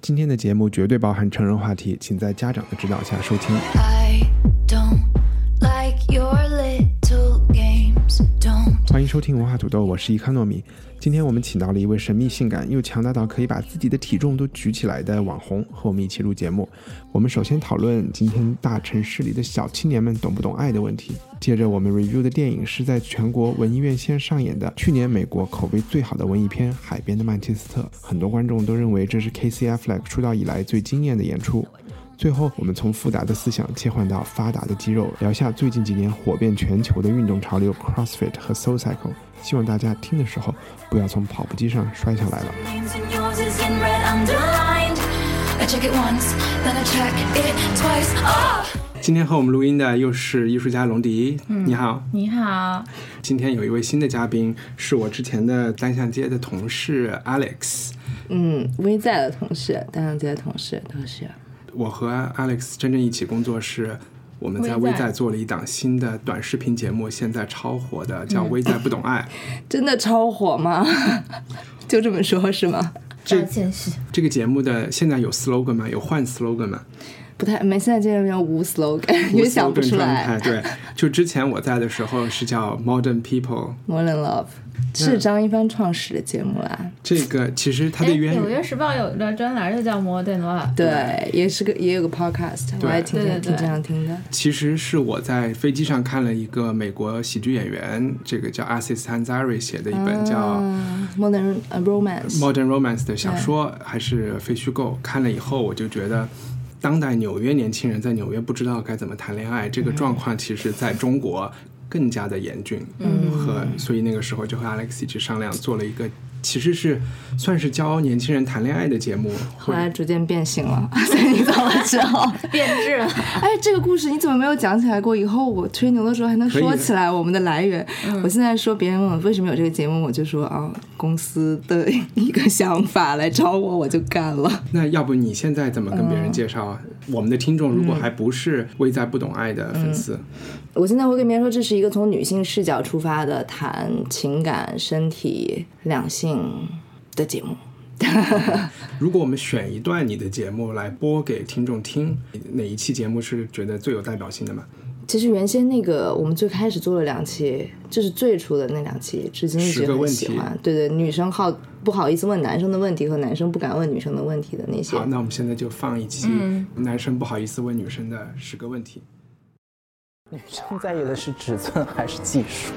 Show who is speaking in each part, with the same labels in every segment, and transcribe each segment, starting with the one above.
Speaker 1: 今天的节目绝对包含成人话题，请在家长的指导下收听。
Speaker 2: I don't like your little games. Don't
Speaker 1: 欢迎收听文化土豆，我是伊康糯米。今天我们请到了一位神秘、性感又强大到可以把自己的体重都举起来的网红，和我们一起录节目。我们首先讨论今天大城市里的小青年们懂不懂爱的问题。接着，我们 review 的电影是在全国文艺院线上演的去年美国口碑最好的文艺片《海边的曼彻斯特》，很多观众都认为这是 Casey Affleck 出道以来最惊艳的演出。最后，我们从复杂的思想切换到发达的肌肉，聊下最近几年火遍全球的运动潮流 CrossFit 和 Soul Cycle。希望大家听的时候不要从跑步机上摔下来了。
Speaker 2: names and yours is in red underlined. I check it once, then I check it twice. Oh!
Speaker 1: 今天和我们录音的又是艺术家龙迪，你好。
Speaker 3: 你好，
Speaker 1: 今天有一位新的嘉宾，是我之前的单向街的同事 Alex。
Speaker 4: 嗯，微在的同事，单向街的同事都是。
Speaker 1: 我和 Alex 真正一起工作是。我们在微
Speaker 3: 微在
Speaker 1: 在做了一档新的短视频节目，现在超火的，叫《微在不懂爱》。
Speaker 4: 真的超火吗？ 就这么说，是吗？
Speaker 1: 这
Speaker 3: 见识
Speaker 1: 这个节目的现在有 slogan 吗？有换 slogan 吗？
Speaker 4: 不太没，现在这边没有无 slogan，因为想不出来。
Speaker 1: 对， 就之前我在的时候是叫 Modern People，
Speaker 4: Modern Love 是张一帆创始的节目啦，
Speaker 1: 这个其实它
Speaker 3: 哎，
Speaker 1: 的
Speaker 3: 《
Speaker 1: 渊
Speaker 3: 纽
Speaker 1: 源
Speaker 3: 约时报》有个专栏就叫《摩登罗尔》，
Speaker 4: 对，也是个也有个 podcast，我还挺
Speaker 3: 对对对
Speaker 4: 挺经常听的。
Speaker 1: 其实是我在飞机上看了一个美国喜剧演员，这个叫 Asis Hanzari 写的一本叫《
Speaker 4: 嗯，Modern 呃 Romance，
Speaker 1: Modern Romance》的小说，还是非虚构。看了以后，我就觉得。当代纽约年轻人在纽约不知道该怎么谈恋爱，这个状况其实在中国更加的严峻。嗯，和所以那个时候就和 Alex 一起商量做了一个，其实是算是教年轻人谈恋爱的节目。
Speaker 4: 后来逐渐变形了， 所以你走了之 后，
Speaker 3: 变质了。
Speaker 4: 哎，这个故事你怎么没有讲起来过？以后我吹牛的时候还能
Speaker 1: 可以
Speaker 4: 说
Speaker 1: 的
Speaker 4: 起来我们的来源。我现在说别人问我为什么有这个节目，我就说啊、公司的一个想法来找我，我就干了。
Speaker 1: 那要不你现在怎么跟别人介绍啊？我们的听众如果还不是微在不懂爱的粉丝，
Speaker 4: 我现在会跟别人说，这是一个从女性视角出发的谈情感、身体、两性的节目。
Speaker 1: 如果我们选一段你的节目来播给听众听，哪一期节目是觉得最有代表性的吗？
Speaker 4: 其实原先那个我们最开始做了两期，就是最初的那两期，至今一
Speaker 1: 十
Speaker 4: 直
Speaker 1: 个
Speaker 4: 很
Speaker 1: 问
Speaker 4: 喜
Speaker 1: 题
Speaker 4: 欢。对对，女生好不好意思问男生的问题和男生不敢问女生的问题的那些。
Speaker 1: 好，那我们现在就放一期男生不好意思问女生的十个问题。
Speaker 5: 女生在意的是尺寸还是技术？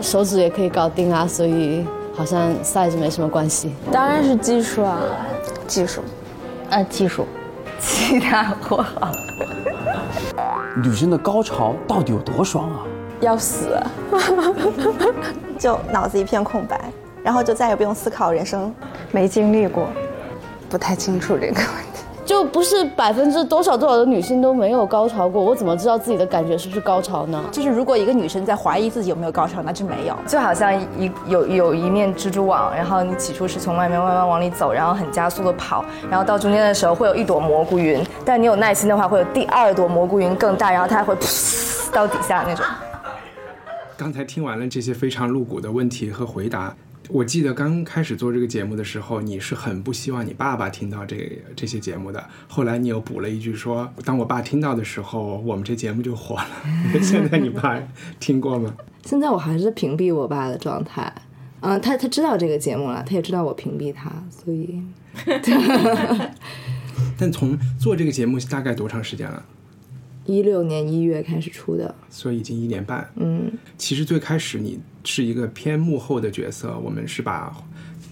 Speaker 6: 手指也可以搞定啊，所以好像 size 没什么关系。
Speaker 7: 当然是技术啊，技术，
Speaker 6: 呃，技术，
Speaker 7: 其他我
Speaker 5: 女生的高潮到底有多爽啊？
Speaker 7: 要死， 就脑子一片空白，然后就再也不用思考人生，没经历过，不太清楚这个问题。
Speaker 6: 就不是百分之多少多少的女性都没有高潮过，我怎么知道自己的感觉是不是高潮呢？
Speaker 7: 就是如果一个女生在怀疑自己有没有高潮，那就没有。
Speaker 8: 就好像一有有一面蜘蛛网，然后你起初是从外面慢慢往里走，然后很加速的跑，然后到中间的时候会有一朵蘑菇云，但你有耐心的话，会有第二朵蘑菇云更大，然后它会噗到底下那种。
Speaker 1: 刚才听完了这些非常露骨的问题和回答，我记得刚开始做这个节目的时候，你是很不希望你爸爸听到这这些节目的。后来你又补了一句说，当我爸听到的时候，我们这节目就火了。 现在你爸听过吗？
Speaker 4: 现在我还是屏蔽我爸的状态。嗯，他他知道这个节目了，他也知道我屏蔽他，所以
Speaker 1: 但从做这个节目大概多长时间了？
Speaker 4: 一六年一月开始出的。
Speaker 1: 所以已经一年半。嗯，其实最开始你是一个偏幕后的角色，我们是把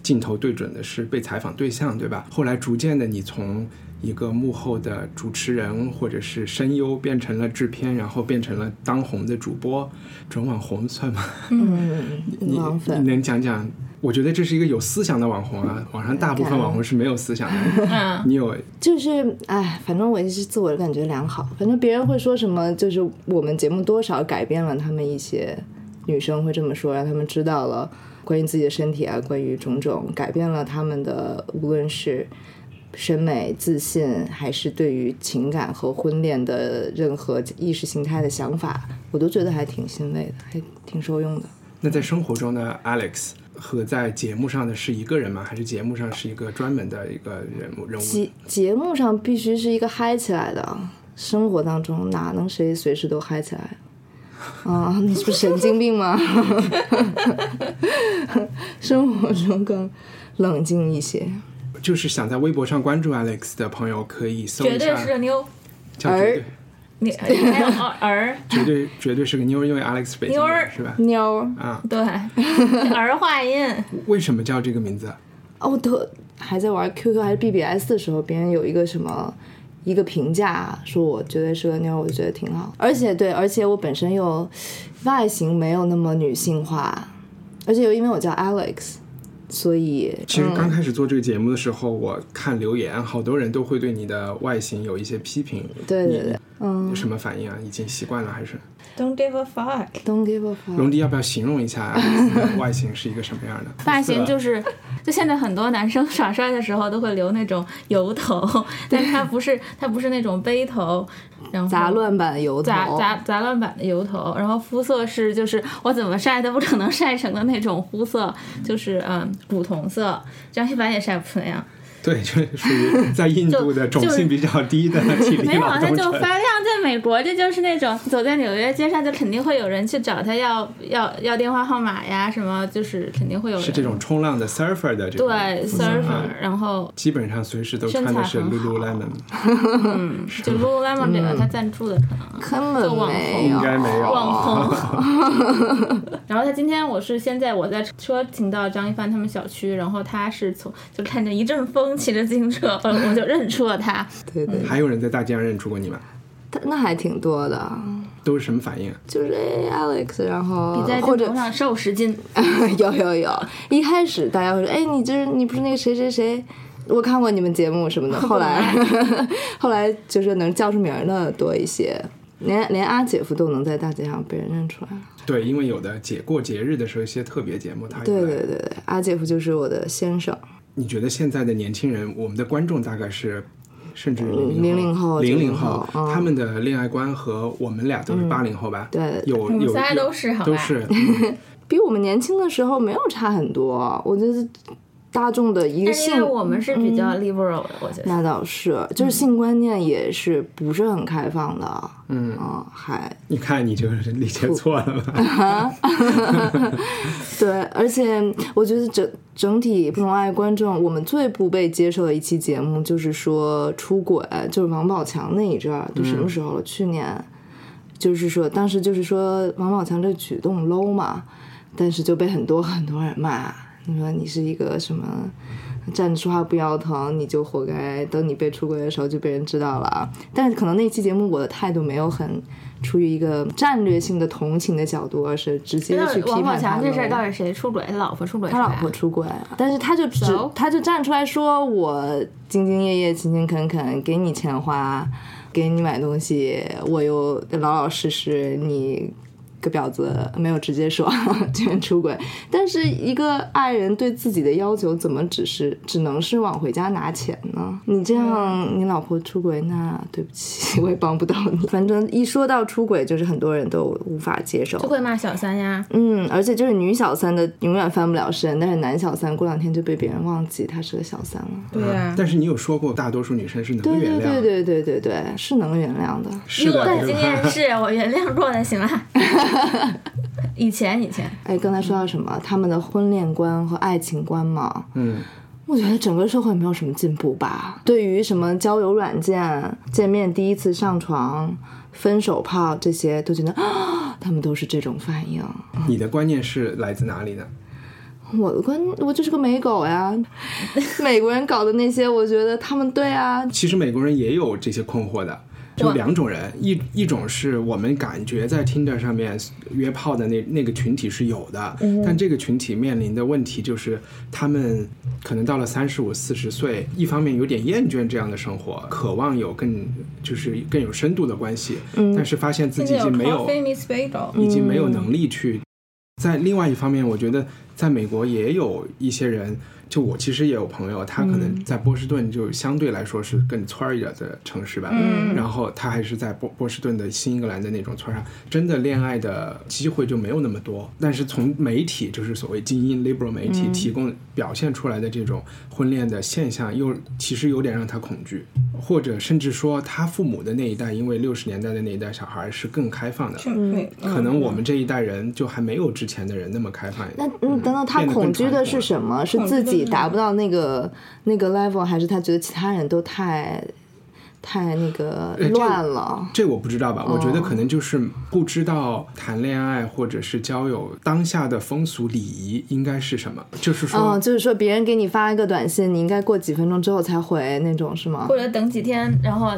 Speaker 1: 镜头对准的是被采访对象，对吧？后来逐渐的，你从一个幕后的主持人或者是声优，变成了制片，然后变成了 当红的主播，转网红算吗？嗯，你
Speaker 4: 网
Speaker 1: 你
Speaker 4: 粉
Speaker 1: 能讲讲我觉得这是一个有思想的网红啊，网上大部分网红是没有思想的。你有
Speaker 4: 就是，哎，反正我也是自我感觉良好。反正别人会说什么，就是我们节目多少改变了他们一些女生会这么说，让他们知道了关于自己的身体啊，关于种种改变了他们的无论是审美、自信，还是对于情感和婚恋的任何意识形态的想法，我都觉得还挺欣慰的，还挺受用的。
Speaker 1: 那在生活中呢，Alex 和在节目上的是一个人吗？还是节目上是一个专门的一个人物人物？
Speaker 4: 节节目上必须是一个嗨起来的，生活当中哪能谁随时都嗨起来？啊，你是不是神经病吗？ 生活中更冷静一些，
Speaker 1: 就是想在微博上关注 Alex 的朋友可以搜
Speaker 3: 绝
Speaker 1: 一
Speaker 3: 对
Speaker 1: 下，
Speaker 3: 是个妞，
Speaker 1: 叫绝对
Speaker 3: 你还有儿
Speaker 1: 绝对绝对是个妞儿，因为 Alex 是北
Speaker 3: 妞
Speaker 1: 京
Speaker 3: 儿
Speaker 1: 人是吧？
Speaker 4: 妞儿
Speaker 1: 啊，
Speaker 3: 对儿化音，
Speaker 1: 为什么叫这个名字？
Speaker 4: 哦，我特还在玩 QQ 还是 BBS 的时候，别人有一个什么一个评价说我绝对是个妞儿，我就觉得挺好。而且对，而且我本身又外形没有那么女性化，而且又因为我叫 Alex，所以
Speaker 1: 其实
Speaker 4: 嗯
Speaker 1: 刚开始做这个节目的时候，我看留言，好多人都会对你的外形有一些批评。
Speaker 4: 对
Speaker 1: 你
Speaker 4: 对对，嗯
Speaker 1: 有什么反应啊？已经习惯了还是？
Speaker 3: Don't give a fuck。
Speaker 4: ，Don't give a
Speaker 1: 龙
Speaker 4: fuck。
Speaker 1: 迪要不要形容一下 Alex 的外形是一个什么样的？
Speaker 3: 发型就是是，就现在很多男生耍帅的时候都会留那种油头，但是他不是他不是那种背头，然后
Speaker 4: 杂乱版油头
Speaker 3: 杂杂杂乱版的油头，然后肤色是就是我怎么晒都不可能晒成的那种肤色，就是嗯古铜色，张一凡也晒不出那样，
Speaker 1: 对，就是属于在印度的种姓比较低的体
Speaker 3: 没
Speaker 1: 力
Speaker 3: 有
Speaker 1: 劳
Speaker 3: 他
Speaker 1: 动
Speaker 3: 就
Speaker 1: 者。
Speaker 3: 发亮，在美国这就是那种走在纽约街上就肯定会有人去找他要要要电话号码呀什么，就是肯定会有人
Speaker 1: 是这种冲浪的 surfer 的这种
Speaker 3: 对
Speaker 1: 服装啊
Speaker 3: surfer，然后
Speaker 1: 基本上随时都穿的是
Speaker 3: 身材
Speaker 1: Lululemon，
Speaker 3: 嗯，就 Lululemon 这个他赞助的 可能
Speaker 4: 根本
Speaker 3: 就网
Speaker 4: 没
Speaker 3: 红
Speaker 4: 有
Speaker 1: 应该哎没有啊
Speaker 3: 网红。 然后他今天我是先在我在车停到张一帆他们小区，然后他是从就看着一阵风骑着自行车，呃我就认出了他。
Speaker 4: 对对，
Speaker 1: 还有人在大街上认出过你吗？
Speaker 4: 但那还挺多的，
Speaker 1: 都是什么反应？啊
Speaker 4: 就是哎 Alex，然后
Speaker 3: 你在
Speaker 4: 或
Speaker 3: 镜
Speaker 4: 者
Speaker 3: 头上瘦十斤，
Speaker 4: 有有有，一开始大家会说，哎，你就是你不是那个谁谁谁，我看过你们节目 什么的。后来 后来就是能叫出名儿的多一些，连连阿姐夫都能在大街上被人认出来了。
Speaker 1: 对，因为有的节过节日的时候一些特别节目，他
Speaker 4: 对对对对，阿姐夫就是我的先生。
Speaker 1: 你觉得现在的年轻人，我们的观众大概是，甚至
Speaker 4: 嗯
Speaker 1: 零
Speaker 4: 00后
Speaker 1: 零
Speaker 4: 90
Speaker 1: 零
Speaker 4: 后
Speaker 1: 后，
Speaker 4: 嗯
Speaker 1: 他们的恋爱观和我们俩都是八零后吧？
Speaker 4: 对
Speaker 1: 有
Speaker 3: 我们
Speaker 1: 有
Speaker 3: 仨
Speaker 1: 有
Speaker 3: 都是好吧
Speaker 1: 都是
Speaker 4: 比我们年轻的时候没有差很多，我觉得大众的一个
Speaker 3: 但是因为
Speaker 4: 性
Speaker 3: 我们是比较 liberal 的，我觉得。
Speaker 4: 那倒是，就是性观念也是不是很开放的，
Speaker 1: 嗯，
Speaker 4: 嗯，还
Speaker 1: 你看你就是理解错了吧？
Speaker 4: 对，而且我觉得整整体不同爱观众，我们最不被接受的一期节目就是说出轨，就是王宝强那一阵儿，就什么时候了？去年，就是说当时就是说王宝强这个举动 low 嘛，但是就被很多很多人骂，你说你是一个什么？站着说话不腰疼，你就活该。等你被出轨的时候就被人知道了啊。但是可能那期节目我的态度没有很出于一个战略性的同情的角度，而是直接
Speaker 3: 到底
Speaker 4: 去批判
Speaker 3: 王宝
Speaker 4: 他
Speaker 3: 强这
Speaker 4: 们
Speaker 3: 事儿到底谁出轨？他老婆出轨啊是
Speaker 4: 他
Speaker 3: 吧？
Speaker 4: 老婆出轨了，但是他就只
Speaker 3: So？
Speaker 4: 他就站出来说，我兢兢业业、勤勤恳恳，给你钱花，给你买东西，我又老老实实，你。个婊子没有直接说这人出轨，但是一个爱人对自己的要求怎么只是只能是往回家拿钱呢？你这样，你老婆出轨，那对不起，我也帮不到你。反正一说到出轨，就是很多人都无法接受，
Speaker 3: 就会骂小三呀。
Speaker 4: 嗯，而且就是女小三的永远翻不了身，但是男小三过两天就被别人忘记他是个小三了。
Speaker 3: 对呀、
Speaker 1: 嗯但是你有说过，大多数女生是能
Speaker 4: 对
Speaker 1: 原
Speaker 4: 对
Speaker 1: 谅，
Speaker 4: 对对对对对，是能原谅的。
Speaker 3: 以
Speaker 1: 是
Speaker 3: 我
Speaker 1: 的，
Speaker 3: 的
Speaker 1: 对
Speaker 3: 经
Speaker 1: 吧
Speaker 3: 验是我原谅过的，行吧？以前以前，
Speaker 1: 嗯
Speaker 4: 哎，刚才说到什么？他们的婚恋观和爱情观嘛，
Speaker 1: 嗯，
Speaker 4: 我觉得整个社会没有什么进步吧。对于什么交友软件、见面第一次上床、分手炮这些，都觉得啊，他们都是这种反应。
Speaker 1: 你的观念是来自哪里呢？
Speaker 4: 我的观，我就是个美狗 呀。美国人搞的那些，我觉得他们对啊，
Speaker 1: 其实美国人也有这些困惑的。就两种人，一一种是我们感觉在 Tinder 上面约炮的那那个群体是有的，
Speaker 9: 嗯
Speaker 1: 但这个群体面临的问题就是，他们可能到了三十五、四十岁，一方面有点厌倦这样的生活，渴望有更就是更有深度的关系，
Speaker 3: 嗯
Speaker 1: 但是发现自
Speaker 3: 现
Speaker 1: 己
Speaker 3: 在
Speaker 1: 已经没有
Speaker 3: Coffee Miss Bagel，
Speaker 1: 已经没有能力去。在另外一方面，我觉得在美国也有一些人，就我其实也有朋友，他可能
Speaker 3: 嗯
Speaker 1: 在波士顿就相对来说是更村儿一点的城市吧，
Speaker 3: 嗯
Speaker 1: 然后他还是在波波士顿的新英格兰的那种村儿上，真的恋爱的机会就没有那么多。但是从媒体，就是所谓精英 liberal 媒体
Speaker 3: 嗯
Speaker 1: 提供表现出来的这种婚恋的现象，又其实有点让他恐惧，或者甚至说他父母的那一代，因为六十年代的那一代小孩是更开放的，
Speaker 3: 是嗯
Speaker 1: 可能我们这一代人就还没有之前的人那么开放。
Speaker 4: 那嗯，等等，他
Speaker 1: 变得更
Speaker 4: 恐惧
Speaker 1: 传
Speaker 4: 的
Speaker 1: 统
Speaker 4: 是
Speaker 1: 了
Speaker 4: 什么？是
Speaker 1: 恐惧
Speaker 4: 自
Speaker 1: 的
Speaker 4: 己
Speaker 1: 是
Speaker 4: 达不到那个那个 level，还是他觉得其他人都太太那
Speaker 1: 呃
Speaker 4: 个
Speaker 1: 这
Speaker 4: 乱了？
Speaker 1: 这我不知道吧？我觉得
Speaker 4: 哦
Speaker 1: 可能就是不知道谈恋爱或者是交友当下的风俗礼仪应该是什么，就是说，
Speaker 4: 嗯，就是说别人给你发一个短信，你应该过几分钟之后才回那种，是吗
Speaker 3: 或？者等几天，然后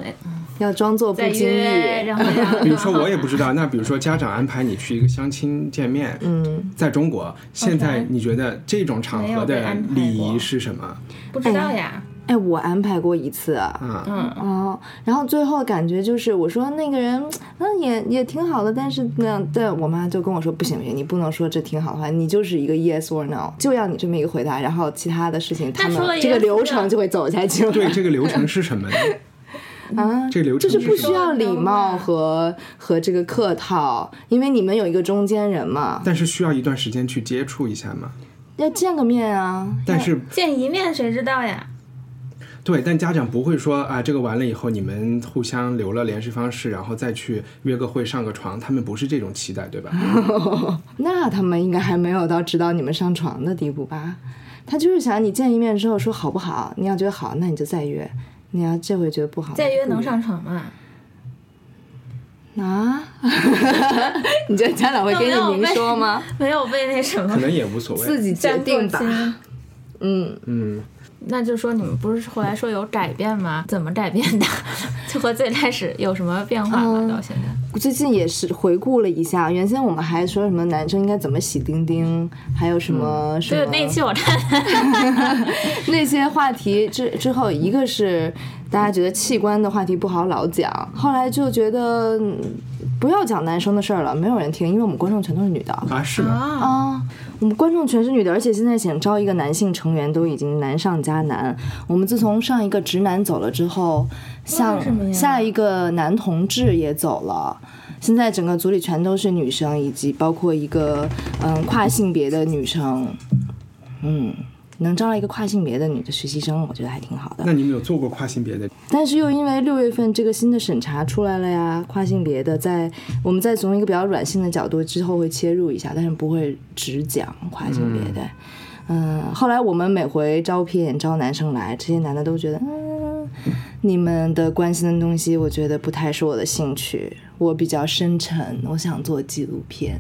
Speaker 4: 要装作不
Speaker 3: 再
Speaker 4: 经意。
Speaker 3: 约，然后要
Speaker 1: 比如说我也不知道，那比如说家长安排你去一个相亲见面，
Speaker 4: 嗯，
Speaker 1: 在中国现在你觉得这种场合
Speaker 4: 没有被
Speaker 1: 的
Speaker 4: 安排
Speaker 1: 礼仪是什么？
Speaker 3: 不知道呀。
Speaker 4: 哎，我安排过一次，
Speaker 1: 嗯
Speaker 4: 哦，然后最后感觉就是，我说那个人，嗯，也也挺好的，但是那样，对我妈就跟我说，不行不行，你不能说这挺好的话，你就是一个 yes or no，就要你这么一个回答，然后其他的事情，他
Speaker 3: 说了
Speaker 4: 们这个
Speaker 3: yes
Speaker 4: 流程就会走下去了。
Speaker 1: 对，这个流程是什么呢？
Speaker 4: 啊，
Speaker 1: 这个流
Speaker 4: 就
Speaker 1: 程
Speaker 4: 是不
Speaker 1: 什
Speaker 4: 需
Speaker 1: 么？
Speaker 4: 要礼貌和和这个客套，因为你们有一个中间人嘛，
Speaker 1: 但是需要一段时间去接触一下嘛。
Speaker 4: 要见个面啊。
Speaker 1: 但是
Speaker 3: 见一面谁知道呀？
Speaker 1: 对，但家长不会说啊，这个完了以后你们互相留了联系方式，然后再去约个会、上个床，他们不是这种期待，对吧？
Speaker 4: 那他们应该还没有到指导你们上床的地步吧？他就是想你见一面之后说好不好，你要觉得好，那你就再约；你要这回觉得不好，
Speaker 3: 再约
Speaker 4: 那就
Speaker 3: 能上床吗？
Speaker 4: 不约啊？ 你觉得家长会给你明说吗？
Speaker 3: 没有被那什么，
Speaker 1: 可能也无所谓
Speaker 4: 自己决定吧。嗯，
Speaker 1: 嗯，
Speaker 3: 那就说你们不是后来说有改变吗？怎么改变的？ 就和最开始有什么变化
Speaker 4: 嗯
Speaker 3: 吗？到现在，
Speaker 4: 最近也是回顾了一下，原先我们还说什么男生应该怎么洗丁丁，还有什么什么
Speaker 3: 对那一期我看，
Speaker 4: 那些话题之之后，一个是大家觉得器官的话题不好老讲，后来就觉得嗯不要讲男生的事儿了，没有人听，因为我们观众全都是女的
Speaker 1: 啊，是吗？
Speaker 4: 啊，我们观众全是女的，而且现在想招一个男性成员都已经难上加难。我们自从上一个直男走了之后，像
Speaker 3: 为什么呀
Speaker 4: 下一个男同志也走了。现在整个组里全都是女生，以及包括一个嗯跨性别的女生，嗯，能招到一个跨性别的女的实习生，我觉得还挺好的。
Speaker 1: 那你们有做过跨性别的？
Speaker 4: 但是又因为六月份这个新的审查出来了呀，跨性别的在我们再从一个比较软性的角度之后会切入一下，但是不会只讲跨性别的。嗯后来我们每回招聘招男生来，这些男的都觉得，嗯，你们的关心的东西，我觉得不太是我的兴趣，我比较深沉，我想做纪录片。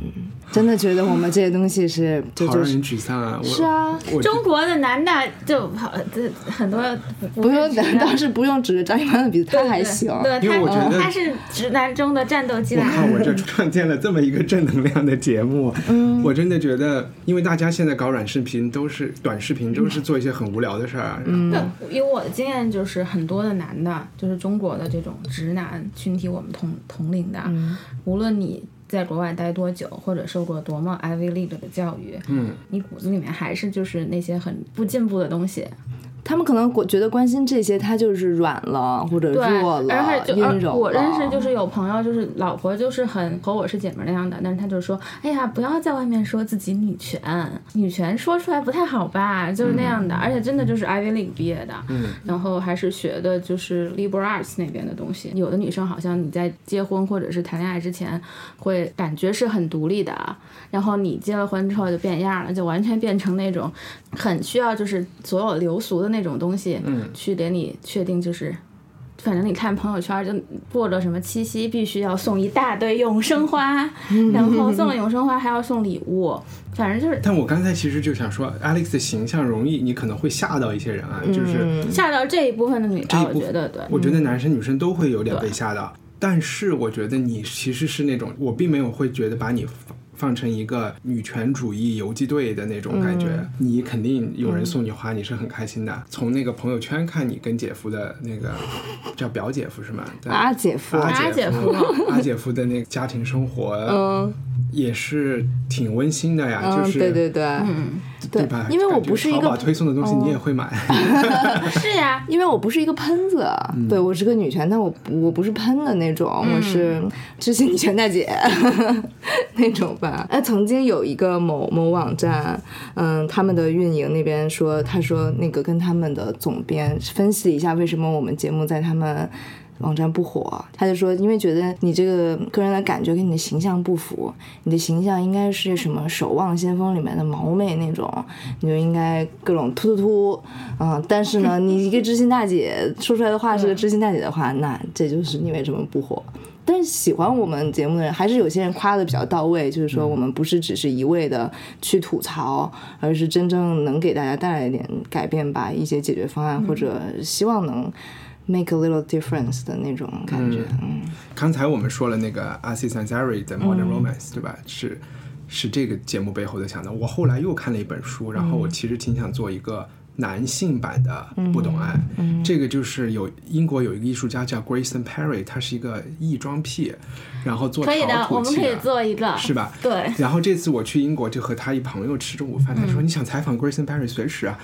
Speaker 4: 真的觉得我们这些东西是， 这
Speaker 1: 好
Speaker 4: 就
Speaker 1: 让
Speaker 4: 是
Speaker 1: 人沮丧啊！我
Speaker 4: 是啊
Speaker 1: 我
Speaker 3: 中国的男的就好，这很多
Speaker 4: 不用，倒是不用指着张一凡的鼻子，他还行。
Speaker 3: 对
Speaker 1: 因为我觉
Speaker 3: 他
Speaker 1: 得
Speaker 3: 他是直男中的战斗机
Speaker 1: 我靠，
Speaker 3: 男。
Speaker 1: 我这创建了这么一个正能量的节目，
Speaker 4: 嗯
Speaker 1: 我真的觉得，因为大家现在搞软视频都是短视频，都是
Speaker 4: 嗯
Speaker 1: 做一些很无聊的事儿啊。
Speaker 3: 对，以我的经验就是，很多的男的，就是中国的这种直男群体，我们同同龄的，无论你在国外待多久，或者受过多么 Ivy League 的教育，
Speaker 1: 嗯，
Speaker 3: 你骨子里面还是就是那些很不进步的东西，
Speaker 4: 他们可能觉得关心这些，他就是软了或者
Speaker 3: 对，
Speaker 4: 弱
Speaker 3: 而
Speaker 4: 了
Speaker 3: 且、就
Speaker 4: 阴柔了。
Speaker 3: 而我认识就是有朋友，就是老婆就是很和我是姐妹那样的，但是她就说，哎呀，不要在外面说自己女权，女权说出来不太好吧，就是那
Speaker 4: 嗯
Speaker 3: 样的。而且真的就是 Ivy League 毕业的，
Speaker 10: 嗯
Speaker 3: 然后还是学的就是 liberal arts 那边的东西。有的女生好像你在结婚或者是谈恋爱之前，会感觉是很独立的，然后你结了婚之后就变样了，就完全变成那种很需要就是所有流俗的那种东西，
Speaker 10: 嗯
Speaker 3: 去给你确定就是。反正你看朋友圈，就过了什么七夕，必须要送一大堆永生花，
Speaker 1: 嗯
Speaker 3: 然后送了永生花还要送礼物，反正就是
Speaker 1: 但我刚才其实就想说，Alex 的形象容易，你可能会吓到一些人啊，就是
Speaker 4: 嗯
Speaker 3: 吓到这一部分的女的，
Speaker 1: 这一
Speaker 3: 啊我
Speaker 1: 部
Speaker 3: 觉
Speaker 1: 分
Speaker 3: 得对，
Speaker 1: 我觉得男生女生都会有点被吓到。但是我觉得你其实是那种，我并没有会觉得把你放放成一个女权主义游击队的那种感觉。
Speaker 9: 嗯
Speaker 1: 你肯定有
Speaker 4: 嗯
Speaker 1: 人送你花，你是很开心的。从那个朋友圈看你跟姐夫的那个叫表姐夫是吗？对
Speaker 4: 阿啊姐夫
Speaker 1: 阿姐夫啊
Speaker 4: 阿姐
Speaker 3: 哦
Speaker 4: 夫，
Speaker 1: 阿姐夫的那个家庭生活，
Speaker 4: 嗯，
Speaker 1: 也是挺温馨的呀，
Speaker 4: 嗯
Speaker 1: 就是
Speaker 4: 对对对
Speaker 1: 嗯，
Speaker 4: 对
Speaker 1: 吧？
Speaker 4: 因为我
Speaker 1: 感觉
Speaker 4: 不是一个
Speaker 1: 淘宝推送的东西，
Speaker 4: 嗯
Speaker 1: 你也会买，
Speaker 4: 是呀，因为我不是一个喷子，
Speaker 1: 嗯
Speaker 4: 对我是个女权，但我不我不是喷的那种，
Speaker 3: 嗯
Speaker 4: 我是知性女权大姐 那种吧。哎，曾经有一个某某网站，嗯，他们的运营那边说，他说那个跟他们的总编分析了一下为什么我们节目在他们。网站不火，他就说，因为觉得你这个个人的感觉跟你的形象不符，你的形象应该是什么《守望先锋》里面的毛妹那种，你就应该各种突突突，嗯，但是呢，你一个知心大姐说出来的话是个知心大姐的话，那这就是你为什么不火。但是喜欢我们节目的人，还是有些人夸的比较到位，就
Speaker 3: 嗯
Speaker 4: 是说我们不是只是一味的去吐槽，而是真正能给大家带来一点改变吧，一些解决方案，
Speaker 1: 嗯
Speaker 4: 或者希望能 make a little difference 的那种感觉。 嗯，
Speaker 1: 刚才我们说了那个 Asi Sansari 的 Modern
Speaker 4: 嗯
Speaker 1: Romance，、对吧？是是这个节目背后的想的。我后来又看了一本书，然后
Speaker 3: 嗯
Speaker 1: 我其实挺想做一个男性版的《不懂爱》
Speaker 9: 嗯
Speaker 1: 这个就是有英国有一个艺术家叫 Grayson Perry，他是一个异装癖，然后做陶土
Speaker 3: 可以
Speaker 1: 器
Speaker 3: 的，我们可以
Speaker 1: 的
Speaker 3: 做一个，
Speaker 1: 是吧？
Speaker 3: 对，嗯
Speaker 1: 然后这次我去英国，就和他一朋友吃中午饭，他说：“你想采访 Grayson Perry，随时啊。”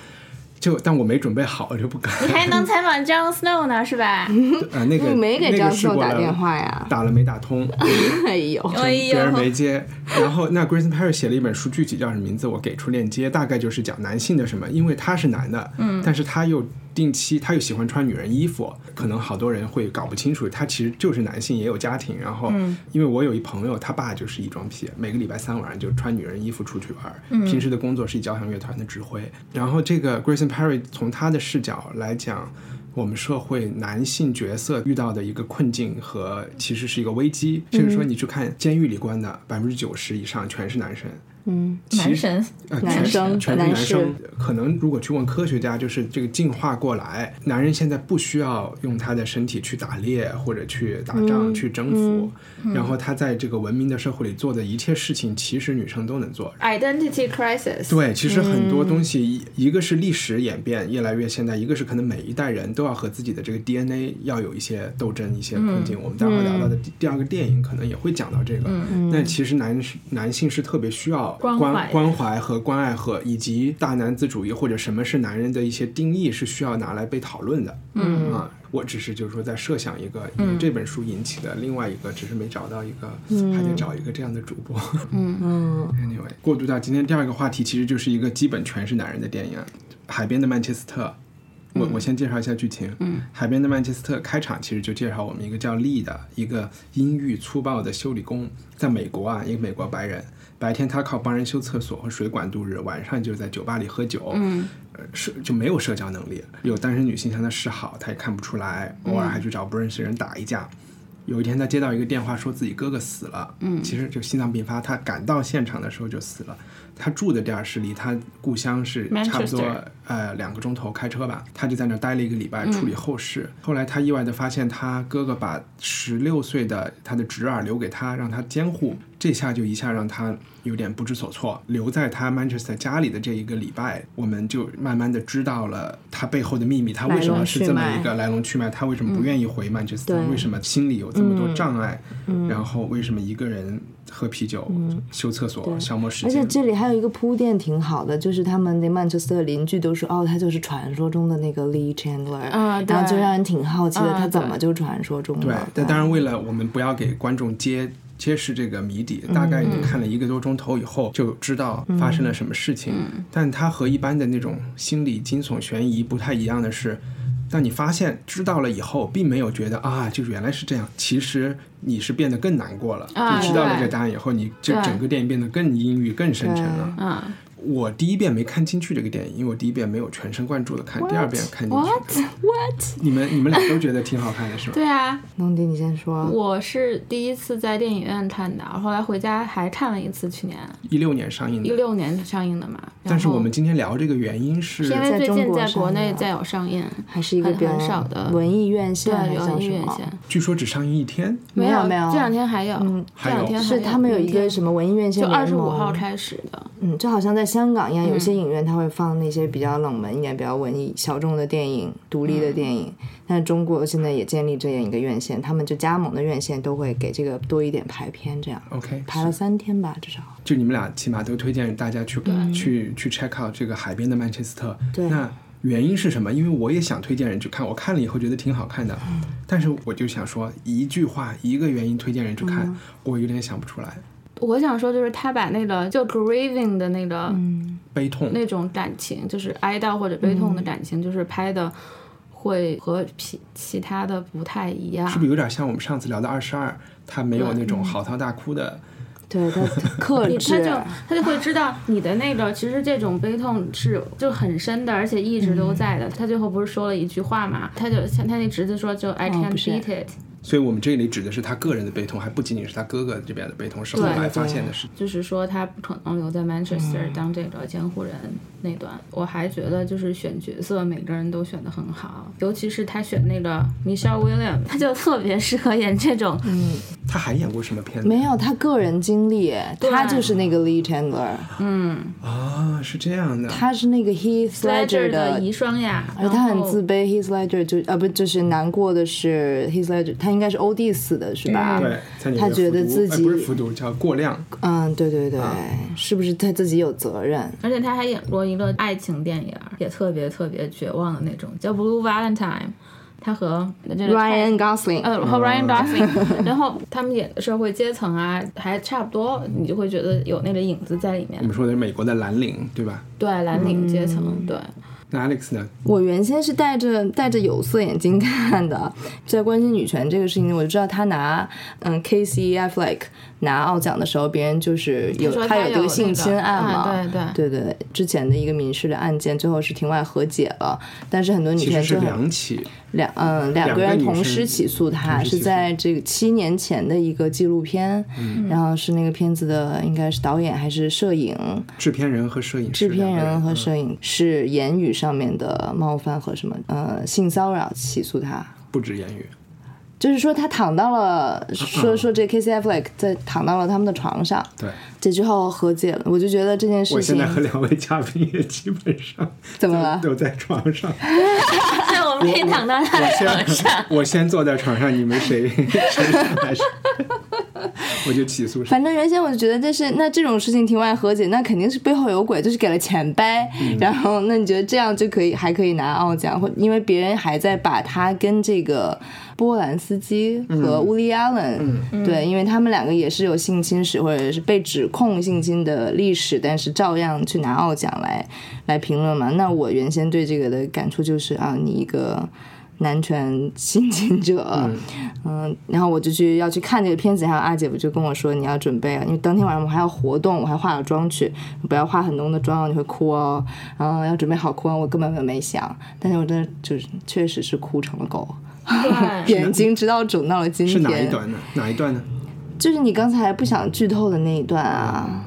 Speaker 1: 就但我没准备好，我就不敢。
Speaker 3: 你还能采访 Jon Snow 呢，是吧？
Speaker 1: 呃，那个那个试过了
Speaker 4: 呀？
Speaker 1: 打了没打 通，
Speaker 4: 哎
Speaker 9: 哦
Speaker 4: 呦，
Speaker 1: 别人没接。 然后那 Grayson Perry 写了一本书，具体叫什么名字我给出链接，大概就是讲男性的什么，因为他是男的，
Speaker 9: 嗯
Speaker 1: 但是他又定期他又喜欢穿女人衣服，可能好多人会搞不清楚，他其实就是男性，也有家庭。然后
Speaker 9: 嗯
Speaker 1: 因为我有一朋友，他爸就是异装癖，每个礼拜三晚上就穿女人衣服出去玩儿，
Speaker 9: 嗯
Speaker 1: 平时的工作是交响乐团的指挥。然后这个 Grayson Perry 从他的视角来讲。我们社会男性角色遇到的一个困境和其实是一个危机，
Speaker 9: 嗯
Speaker 1: 甚至说你去看监狱里关的百分之九十以上全是男生，
Speaker 4: 嗯
Speaker 1: 其实呃、全
Speaker 9: 男
Speaker 1: 是
Speaker 9: 生
Speaker 1: 全是男
Speaker 9: 士
Speaker 1: 生。可能如果去问科学家，就是这个进化过来，男人现在不需要用他的身体去打猎或者去打仗、
Speaker 9: 嗯
Speaker 1: 去征服，
Speaker 3: 嗯嗯
Speaker 1: 然后他在这个文明的社会里做的一切事情，其实女生都能做。
Speaker 3: Identity crisis。
Speaker 1: 对，其实很多东
Speaker 9: 嗯
Speaker 1: 西，一一个是历史演变越来越现代，一个是可能每一代人都要和自己的这个 DNA 要有一些斗争、一些困境。
Speaker 9: 嗯
Speaker 1: 我们待会儿聊到的
Speaker 9: 嗯
Speaker 1: 第第二个电影可能也会讲到这个
Speaker 9: 嗯嗯。
Speaker 1: 那其实男是男性是特别需要
Speaker 9: 关
Speaker 1: 关
Speaker 9: 怀
Speaker 1: 关怀和关爱和以及大男子主义或者什么是男人的一些定义是需要拿来被讨论的。
Speaker 9: 嗯
Speaker 1: 啊。我只是就是说，在设想一个
Speaker 9: 嗯
Speaker 1: 由这本书引起的另外一个，只是没找到一个，
Speaker 9: 嗯
Speaker 1: 还得找一个这样的主播。
Speaker 3: 嗯
Speaker 4: 嗯
Speaker 1: Anyway，过渡到今天第二个话题，其实就是一个基本全是男人的电影，《海边的曼彻斯特》。我
Speaker 9: 嗯
Speaker 1: 我先介绍一下剧情。
Speaker 9: 嗯
Speaker 1: 海边的曼彻斯特开场其实就介绍我们一个叫利的一个阴郁粗暴的修理工，在美国啊，一个美国白人，白天他靠帮人修厕所和水管度日，晚上就在酒吧里喝酒。
Speaker 9: 嗯
Speaker 1: 呃，社就没有社交能力，有单身女性向他示好，他也看不出来，
Speaker 9: 嗯
Speaker 1: 偶尔还去找不认识人打一架。有一天，他接到一个电话，说自己哥哥死了，
Speaker 9: 嗯
Speaker 1: 其实就心脏病发。他赶到现场的时候就死了。他住的地儿是离他故乡是差不多
Speaker 9: Manchester
Speaker 1: 呃两个钟头开车吧。他就在那儿待了一个礼拜
Speaker 9: 嗯
Speaker 1: 处理后事。后来他意外的发现，他哥哥把十六岁的他的侄儿留给他，让他监护。这下就一下让他有点不知所措。留在他 Manchester 家里的这一个礼拜，我们就慢慢的知道了他背后的秘密，他为什么是这么一个来龙去脉，他为什么不愿意回曼彻斯特，
Speaker 9: 对
Speaker 1: 为什么心里有这么多
Speaker 4: 嗯
Speaker 1: 障碍，
Speaker 4: 嗯
Speaker 1: 然后为什么一个人喝啤酒、
Speaker 4: 嗯
Speaker 1: 修厕所、
Speaker 4: 对
Speaker 1: 消磨时
Speaker 4: 而且
Speaker 1: 间？
Speaker 4: 这里还有一个铺垫挺好的，就是他们那曼彻斯特邻居都说，哦，他就是传说中的那个 Lee Chandler，、
Speaker 3: 啊对
Speaker 4: 然后就让人挺好奇的，
Speaker 3: 啊
Speaker 4: 他怎么就传说
Speaker 9: 嗯
Speaker 4: 中啊
Speaker 1: 对
Speaker 4: 了？，
Speaker 1: 但当然为了我们不要给观众揭揭示这个谜底，大概你
Speaker 4: 嗯
Speaker 1: 看了一个多钟头以后就知道
Speaker 9: 嗯
Speaker 1: 发生了什么事情。但它和一般的那种心理惊悚悬疑不太一样的是。当你发现知道了以后，并没有觉得啊，就是原来是这样。其实你是变得更难过了。
Speaker 9: 啊
Speaker 1: 你知道了
Speaker 9: 对
Speaker 1: 这个答案以后，你这
Speaker 9: 对
Speaker 1: 整个电影变得更阴郁、更深沉了。
Speaker 3: 嗯，
Speaker 1: 我第一遍没看进去这个电影，因为我第一遍没有全神贯注的看，第二遍看进去。
Speaker 3: What What？
Speaker 1: 你们你们俩都觉得挺好看的是吧？
Speaker 3: 对啊，
Speaker 4: 蒙迪，你先说。
Speaker 3: 我是第一次在电影院看的，后来回家还看了一次，去年
Speaker 1: 一六年上映
Speaker 3: 一
Speaker 1: 的，
Speaker 3: 六年上映的嘛。然
Speaker 1: 但是
Speaker 3: 后
Speaker 1: 我们今天聊这个原因是
Speaker 3: 是因为最近在国
Speaker 4: 上啊
Speaker 3: 内
Speaker 4: 映
Speaker 3: 再有上映，
Speaker 4: 还是一个
Speaker 3: 很
Speaker 4: 比较
Speaker 3: 很少的
Speaker 4: 文艺院线还
Speaker 3: 对
Speaker 4: 是叫什么，
Speaker 3: 文艺院线，
Speaker 1: 据说只上映一天，
Speaker 4: 没有
Speaker 3: 有
Speaker 4: 没有
Speaker 3: 这两天还有，这
Speaker 1: 还有
Speaker 3: 两天还
Speaker 4: 是他们有一个什么文艺院线
Speaker 3: 就二
Speaker 4: 联
Speaker 3: 十五
Speaker 4: 盟
Speaker 3: 号开嗯始的，
Speaker 4: 嗯，就好像在香港一样，有些影院它会放那些比较冷门一点、比较文艺小众的电影、独立
Speaker 3: 嗯
Speaker 4: 的电影。但中国现在也建立这样一个院线，他们就加盟的院线都会给这个多一点排片，这样
Speaker 1: OK
Speaker 4: 排了三天吧，至少。
Speaker 1: 就你们俩起码都推荐大家去、
Speaker 3: 嗯
Speaker 1: 去去 check out 这个海边的曼彻斯特。
Speaker 4: 对
Speaker 1: 那原因是什么？因为我也想推荐人去看，我看了以后觉得挺好看的，
Speaker 3: 嗯
Speaker 1: 但是我就想说一句话，一个原因推荐人去
Speaker 3: 嗯
Speaker 1: 看，我有点想不出来。
Speaker 3: 我想说，就是他把那个就 grieving 的那个、
Speaker 4: 嗯
Speaker 1: 悲痛，
Speaker 3: 那种感情，就是哀悼或者悲
Speaker 4: 嗯
Speaker 3: 痛的感情，就是拍的会和其其他的不太一样。
Speaker 1: 是不是有点像我们上次聊的《二十二》，他没有那
Speaker 3: 嗯
Speaker 1: 种嚎啕大哭的，
Speaker 4: 对 他克
Speaker 3: 你他
Speaker 4: 制
Speaker 3: 就，他就会知道你的那个，其实这种悲痛是就很深的，而且一直
Speaker 4: 嗯
Speaker 3: 都在的。他最后不是说了一句话嘛？他就像他那侄子说，就 I
Speaker 4: 哦
Speaker 3: can't
Speaker 4: 不是
Speaker 3: beat it，
Speaker 1: 所以我们这里指的是他个人的悲痛，还不仅仅是他哥哥这边的悲痛，是后
Speaker 3: 对
Speaker 1: 来发现的事。
Speaker 3: 就是说他不可能留在
Speaker 4: 嗯
Speaker 3: Manchester 当这个监护人那段。我还觉得就是选角色，每个人都选的很好，尤其是他选那个 Michelle Williams，他就特别适合演这种。
Speaker 4: 嗯
Speaker 1: 他还演过什么片子？
Speaker 4: 没有他个人经历，他就是那个 Lee Chandler，
Speaker 1: 啊，是这样的。
Speaker 4: 他是那个 Heath Ledger
Speaker 3: 的
Speaker 4: 的
Speaker 3: 遗孀呀，
Speaker 4: 而他很自
Speaker 3: 卑。
Speaker 4: 卑，Heath Ledger 就啊不就是难过的是 Heath Ledger，他应该是欧弟死的是
Speaker 3: 嗯
Speaker 4: 吧？
Speaker 1: 对，在纽约
Speaker 4: 他觉得
Speaker 1: 服毒
Speaker 4: 自
Speaker 1: 哎
Speaker 4: 己
Speaker 1: 不是服毒，啊叫过量。
Speaker 4: 嗯，对对对，是不是他自己有责任？
Speaker 3: 而且他还演过一个爱情电影，也特别特别绝望的那种，叫《Blue Valentine》，他和这个
Speaker 4: Ryan Gosling，、嗯
Speaker 3: 呃和 Ryan Gosling，然后他们演的社会阶层啊，还差不多，你就会觉得有那个影子在里面
Speaker 1: 你。
Speaker 4: 嗯
Speaker 1: 们说的是美国的蓝领，对吧？
Speaker 3: 对，蓝领阶层，对，
Speaker 1: 那 Alex 呢？
Speaker 4: 我原先是戴着戴着有色眼镜看的，在关心女权这个事情，我就知道他拿嗯 K C F Like 拿奥奖的时候，别人就是有
Speaker 3: 他说
Speaker 4: 他
Speaker 3: 他有
Speaker 4: 这
Speaker 3: 那
Speaker 4: 个
Speaker 3: 个
Speaker 4: 性侵案嘛，
Speaker 3: 啊对对
Speaker 4: 对对对之前的一个民事的案件，最后是庭外和解了，但是很多女
Speaker 1: 其实
Speaker 4: 权
Speaker 1: 是
Speaker 4: 就很
Speaker 1: 两起，
Speaker 4: 两嗯两
Speaker 1: 个
Speaker 4: 个人
Speaker 1: 女
Speaker 4: 同
Speaker 1: 生
Speaker 4: 时起诉他，
Speaker 1: 同时起
Speaker 4: 是
Speaker 1: 诉
Speaker 4: 在这个七年前的一个纪录片，
Speaker 1: 嗯
Speaker 4: 然后是那个片子的应该是导演还是摄影，
Speaker 1: 制片人和摄影师
Speaker 4: 制
Speaker 1: 两
Speaker 4: 片
Speaker 1: 个人，
Speaker 4: 人和
Speaker 1: 嗯
Speaker 4: 摄影是言语上面的冒犯和什么呃性骚扰起诉他。
Speaker 1: 嗯不止言语。
Speaker 4: 就是说，他躺到了，
Speaker 1: 嗯
Speaker 4: 说说这 K C F Lake 在躺到了他们的床上，
Speaker 1: 对，
Speaker 4: 这之后和解了，我就觉得这件事
Speaker 1: 我现
Speaker 4: 情
Speaker 1: 在和两位嘉宾也基本上
Speaker 4: 怎么了？
Speaker 1: 都在床上。
Speaker 3: 对， 我们可以躺到他的床
Speaker 1: 我
Speaker 3: 上
Speaker 1: 先。我先坐在床上，你们谁 谁上 来谁，我就起诉谁。
Speaker 4: 反正原先我就觉得这是那这种事情庭外和解，那肯定是背后有鬼，就是给了钱呗。然后那你觉得这样就可以还可以拿哦奥奖，或因为别人还在把他跟这个波兰斯基和乌利亚伦，对，因为他们两个也是有性侵史或者是被指控性侵的历史，但是照样去拿奥奖来来评论嘛。那我原先对这个的感触就是啊，你一个。男权性侵者，嗯，然后我就去要去看这个片子，然后阿姐夫就跟我说你要准备啊，因为当天晚上我们还要活动，我还化了妆去，不要化很浓的妆，你会哭哦，然后要准备好哭啊，我根本没没想，但是我真的就是确实是哭成了狗，
Speaker 3: 对，
Speaker 4: 眼睛直到肿到了今天，
Speaker 1: 是哪一段呢？哪一段呢？
Speaker 4: 就是你刚才不想剧透的那一
Speaker 1: 嗯
Speaker 4: 段啊。